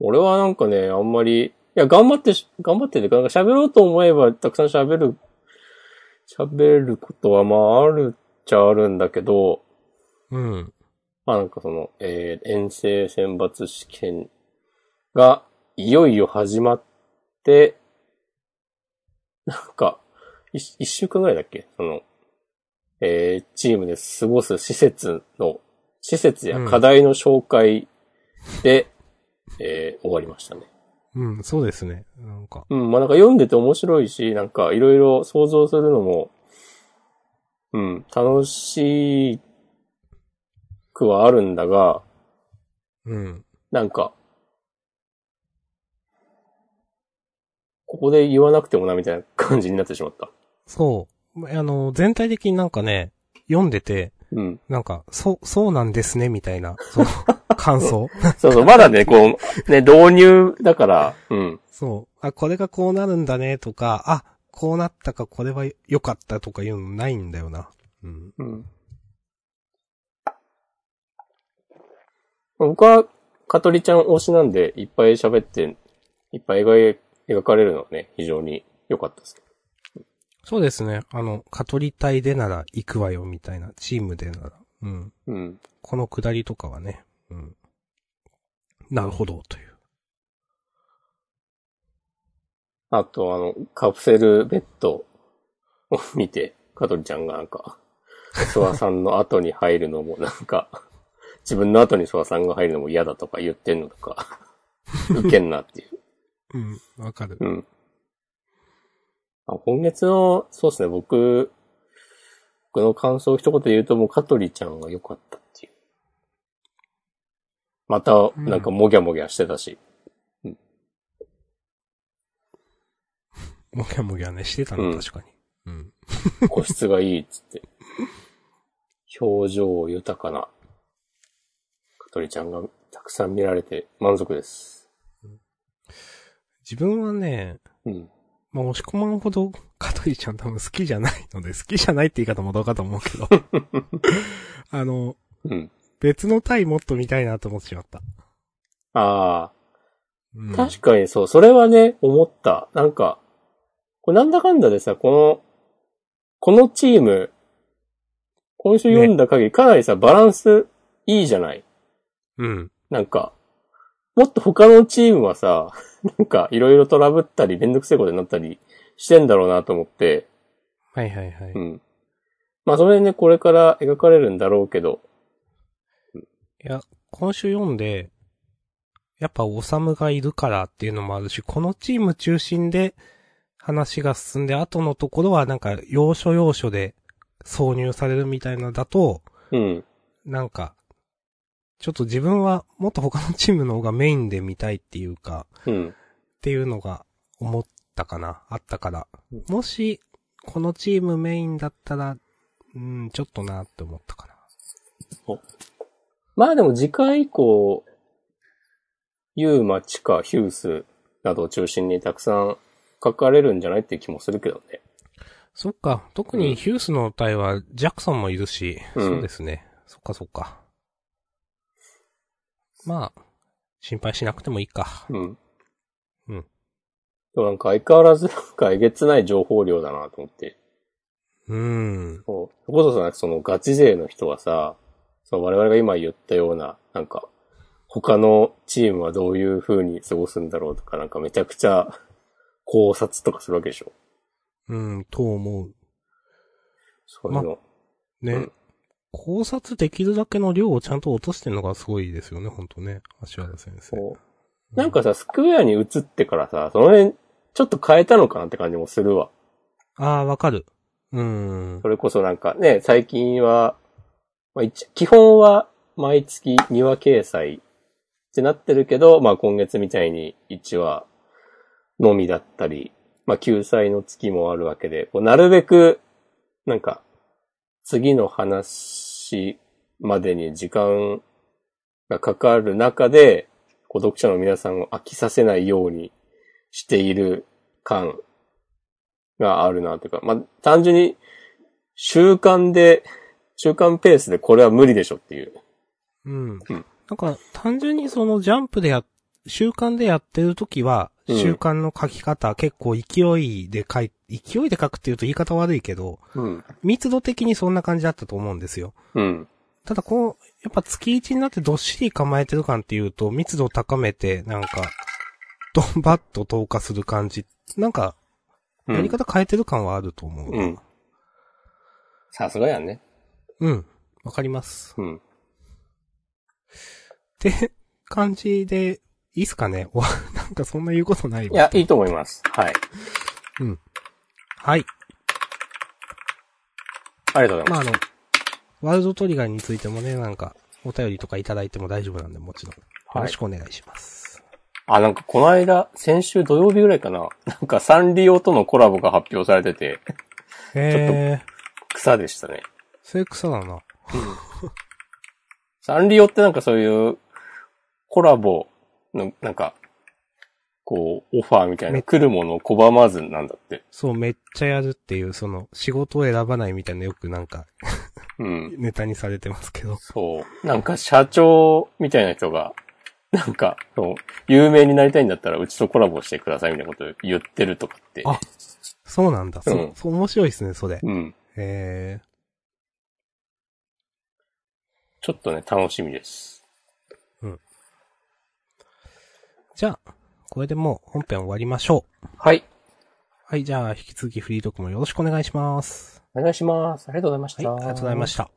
Speaker 1: 俺はなんかね、あんまり、いや、頑張ってし、頑張ってて、なんか喋ろうと思えばたくさん喋る、喋ることはまああるっちゃあるんだけど、
Speaker 2: うん。
Speaker 1: まあなんかその、えー、遠征選抜試験がいよいよ始まって、なんか、一一週間ぐらいだっけその、えー、チームで過ごす施設の、施設や課題の紹介で、えー終わりましたね。
Speaker 2: うん、そうですね。なんか。
Speaker 1: うん、まあなんか読んでて面白いし、なんかいろいろ想像するのも、うん、楽しくはあるんだが、
Speaker 2: うん。
Speaker 1: なんか、ここで言わなくてもなみたいな感じになってしまった。
Speaker 2: そう。あの、全体的になんかね、読んでて、
Speaker 1: うん。
Speaker 2: なんか、そう、そうなんですね、みたいな、 その、感想。
Speaker 1: そうそう、まだね、こう、ね、導入だから、うん。
Speaker 2: そう。あ、これがこうなるんだね、とか、あ、こうなったか、これは良かったとかいうのないんだよな。うん。
Speaker 1: うん。僕は、カトリちゃん推しなんで、いっぱい喋って、いっぱい描い描かれるのはね、非常に良かったですけど。
Speaker 2: そうですね。あの、カトリ隊でなら行くわよ、みたいな、チームでなら。うん。
Speaker 1: うん。
Speaker 2: この下りとかはね。うん。なるほど、という。
Speaker 1: あと、あの、カプセルベッドを見て、カトリちゃんがなんか、ソワさんの後に入るのもなんか、自分の後にソワさんが入るのも嫌だとか言ってんのとか、ウケんなっていう。
Speaker 2: うん。わかる。
Speaker 1: うん。あ今月の、そうですね、僕、僕の感想を一言で言うと、もう香取ちゃんが良かったっていう。また、
Speaker 2: ん
Speaker 1: なんかもぎゃもぎゃしてたし。
Speaker 2: もぎゃもぎゃね、してた
Speaker 1: う
Speaker 2: の、
Speaker 1: ん
Speaker 2: 確かに。うん。
Speaker 1: 個室がいいっつって。表情豊かな、香取ちゃんがたくさん見られて満足です。
Speaker 2: 自分はね、
Speaker 1: うん。
Speaker 2: まあ、押し込まんほど、香取ちゃん多分好きじゃないので、好きじゃないって言い方もどうかと思う けど。あの、
Speaker 1: うん。
Speaker 2: 別の体もっと見たいなと思ってしまった。
Speaker 1: ああ、
Speaker 2: うん、
Speaker 1: 確かにそう、それはね、思った。なんか、これなんだかんだでさ、この、このチーム、今週読んだ限り、かなりさ、バランスいいじゃない
Speaker 2: うん。
Speaker 1: なんか、もっと他のチームはさ、 なんか、いろいろトラブったり、めんどくせえことになったりしてんだろうなと思って、
Speaker 2: はいはいはい。
Speaker 1: う
Speaker 2: い
Speaker 1: ん。まあ、それね、これから描かれるんだろうけど、
Speaker 2: や、今週読んで、やっぱオサムがいるからっていうのもあるし、このチーム中心で話が進んで、後のところはなんか要所要所で挿入されるみたいなのだと、
Speaker 1: うん。
Speaker 2: なんか、ちょっと自分はもっと他のチームの方がメインで見たいっていうか、
Speaker 1: うん。
Speaker 2: っていうのが思ったかな、あったから
Speaker 1: うん。
Speaker 2: もし、このチームメインだったら、うん、ちょっとなって思ったかな。
Speaker 1: まあでも次回以降、ユーマ、チカ、ヒュースなどを中心にたくさん書かれるんじゃないっていう気もするけどね。
Speaker 2: そっか、特
Speaker 1: うん
Speaker 2: にヒュースの隊はジャクソンもいるし、
Speaker 1: うん
Speaker 2: そうですね。そっかそっか。まあ、心配しなくてもいいか。
Speaker 1: うん。
Speaker 2: うん。
Speaker 1: でもなんか相変わらずなんかえげつない情報量だなと思って。
Speaker 2: うん。
Speaker 1: そうそれこそさ、そのガチ勢の人はさ、その我々が今言ったような、なんか、他のチームはどういう風に過ごすんだろうとか、なんかめちゃくちゃ考察とかするわけでしょ。
Speaker 2: うん、と思う。
Speaker 1: そういうの。
Speaker 2: ね。
Speaker 1: うん
Speaker 2: 考察できるだけの量をちゃんと落としてるのがすごいですよね、ほんとね。足原先生。
Speaker 1: そう。なんかさ、スクエアに移ってからさ、その辺、ちょっと変えたのかなって感じもするわ。
Speaker 2: ああ、わかる。うん
Speaker 1: そ。れこそなんかね、最近は、まあ、一基本は毎月2話掲載ってなってるけど、まあ今月みたいに1話のみだったり、まあ救済の月もあるわけで、こうなるべく、なんか、次の話までに時間がかかる中で、こう読者の皆さんを飽きさせないようにしている感があるなというか、まあ単純に習慣で、習慣ペースでこれは無理でしょっていう。
Speaker 2: うん。
Speaker 1: うん
Speaker 2: なんか、単純にそのジャンプでや、習慣でやってるときは、
Speaker 1: うん
Speaker 2: 習慣の書き方、結構勢いで書い、勢いで書くっていうと言い方悪いけど、
Speaker 1: うん。
Speaker 2: 密度的にそんな感じだったと思うんですよ。
Speaker 1: うん。
Speaker 2: ただこう、やっぱ月1になってどっしり構えてる感っていうと、密度を高めて、なんか、ドンバッと投下する感じ。なんか、
Speaker 1: うん
Speaker 2: やり方変えてる感はあると思う。
Speaker 1: うん。さすがやね。
Speaker 2: うん。わかります。
Speaker 1: うん。
Speaker 2: って感じで、いいっすかねおなん なんかそんな言うことない
Speaker 1: い
Speaker 2: わ。
Speaker 1: や、いいと思います。はい。
Speaker 2: はい。
Speaker 1: ありがとうございます。
Speaker 2: まあ、あの、ワールドトリガーについてもね、なんか、お便りとかいただいても大丈夫なんで、もちろん。よ
Speaker 1: はい
Speaker 2: ろしくお願いします。
Speaker 1: あ、なんかこの間、先週土曜日ぐらいかな。なんかサンリオとのコラボが発表されてて、
Speaker 2: えー、
Speaker 1: 草でしたね。
Speaker 2: それ草だな。
Speaker 1: サンリオってなんかそういうコラボの、なんか、こう、オファーみたいな、来るものを拒まずなんだって。
Speaker 2: そう、めっちゃやるっていう、その、仕事を選ばないみたいなよくなんか、
Speaker 1: うん。
Speaker 2: ネタにされてますけど。
Speaker 1: そう。なんか社長みたいな人が、なんか、そう、有名になりたいんだったらうちとコラボしてくださいみたいなことを言ってるとかって。、
Speaker 2: あそうなんだ。そううんそう、面白いですね、それ。
Speaker 1: うん。
Speaker 2: え
Speaker 1: ちょっとね、楽しみです。
Speaker 2: ー、じゃあ、これでもう本編終わりましょう。
Speaker 1: はい。
Speaker 2: はい、じゃあ、引き続きフリートークもよろしくお願いします。
Speaker 1: お願いします。ありがとうございまし
Speaker 2: はい、
Speaker 1: た。
Speaker 2: ありがとうございました。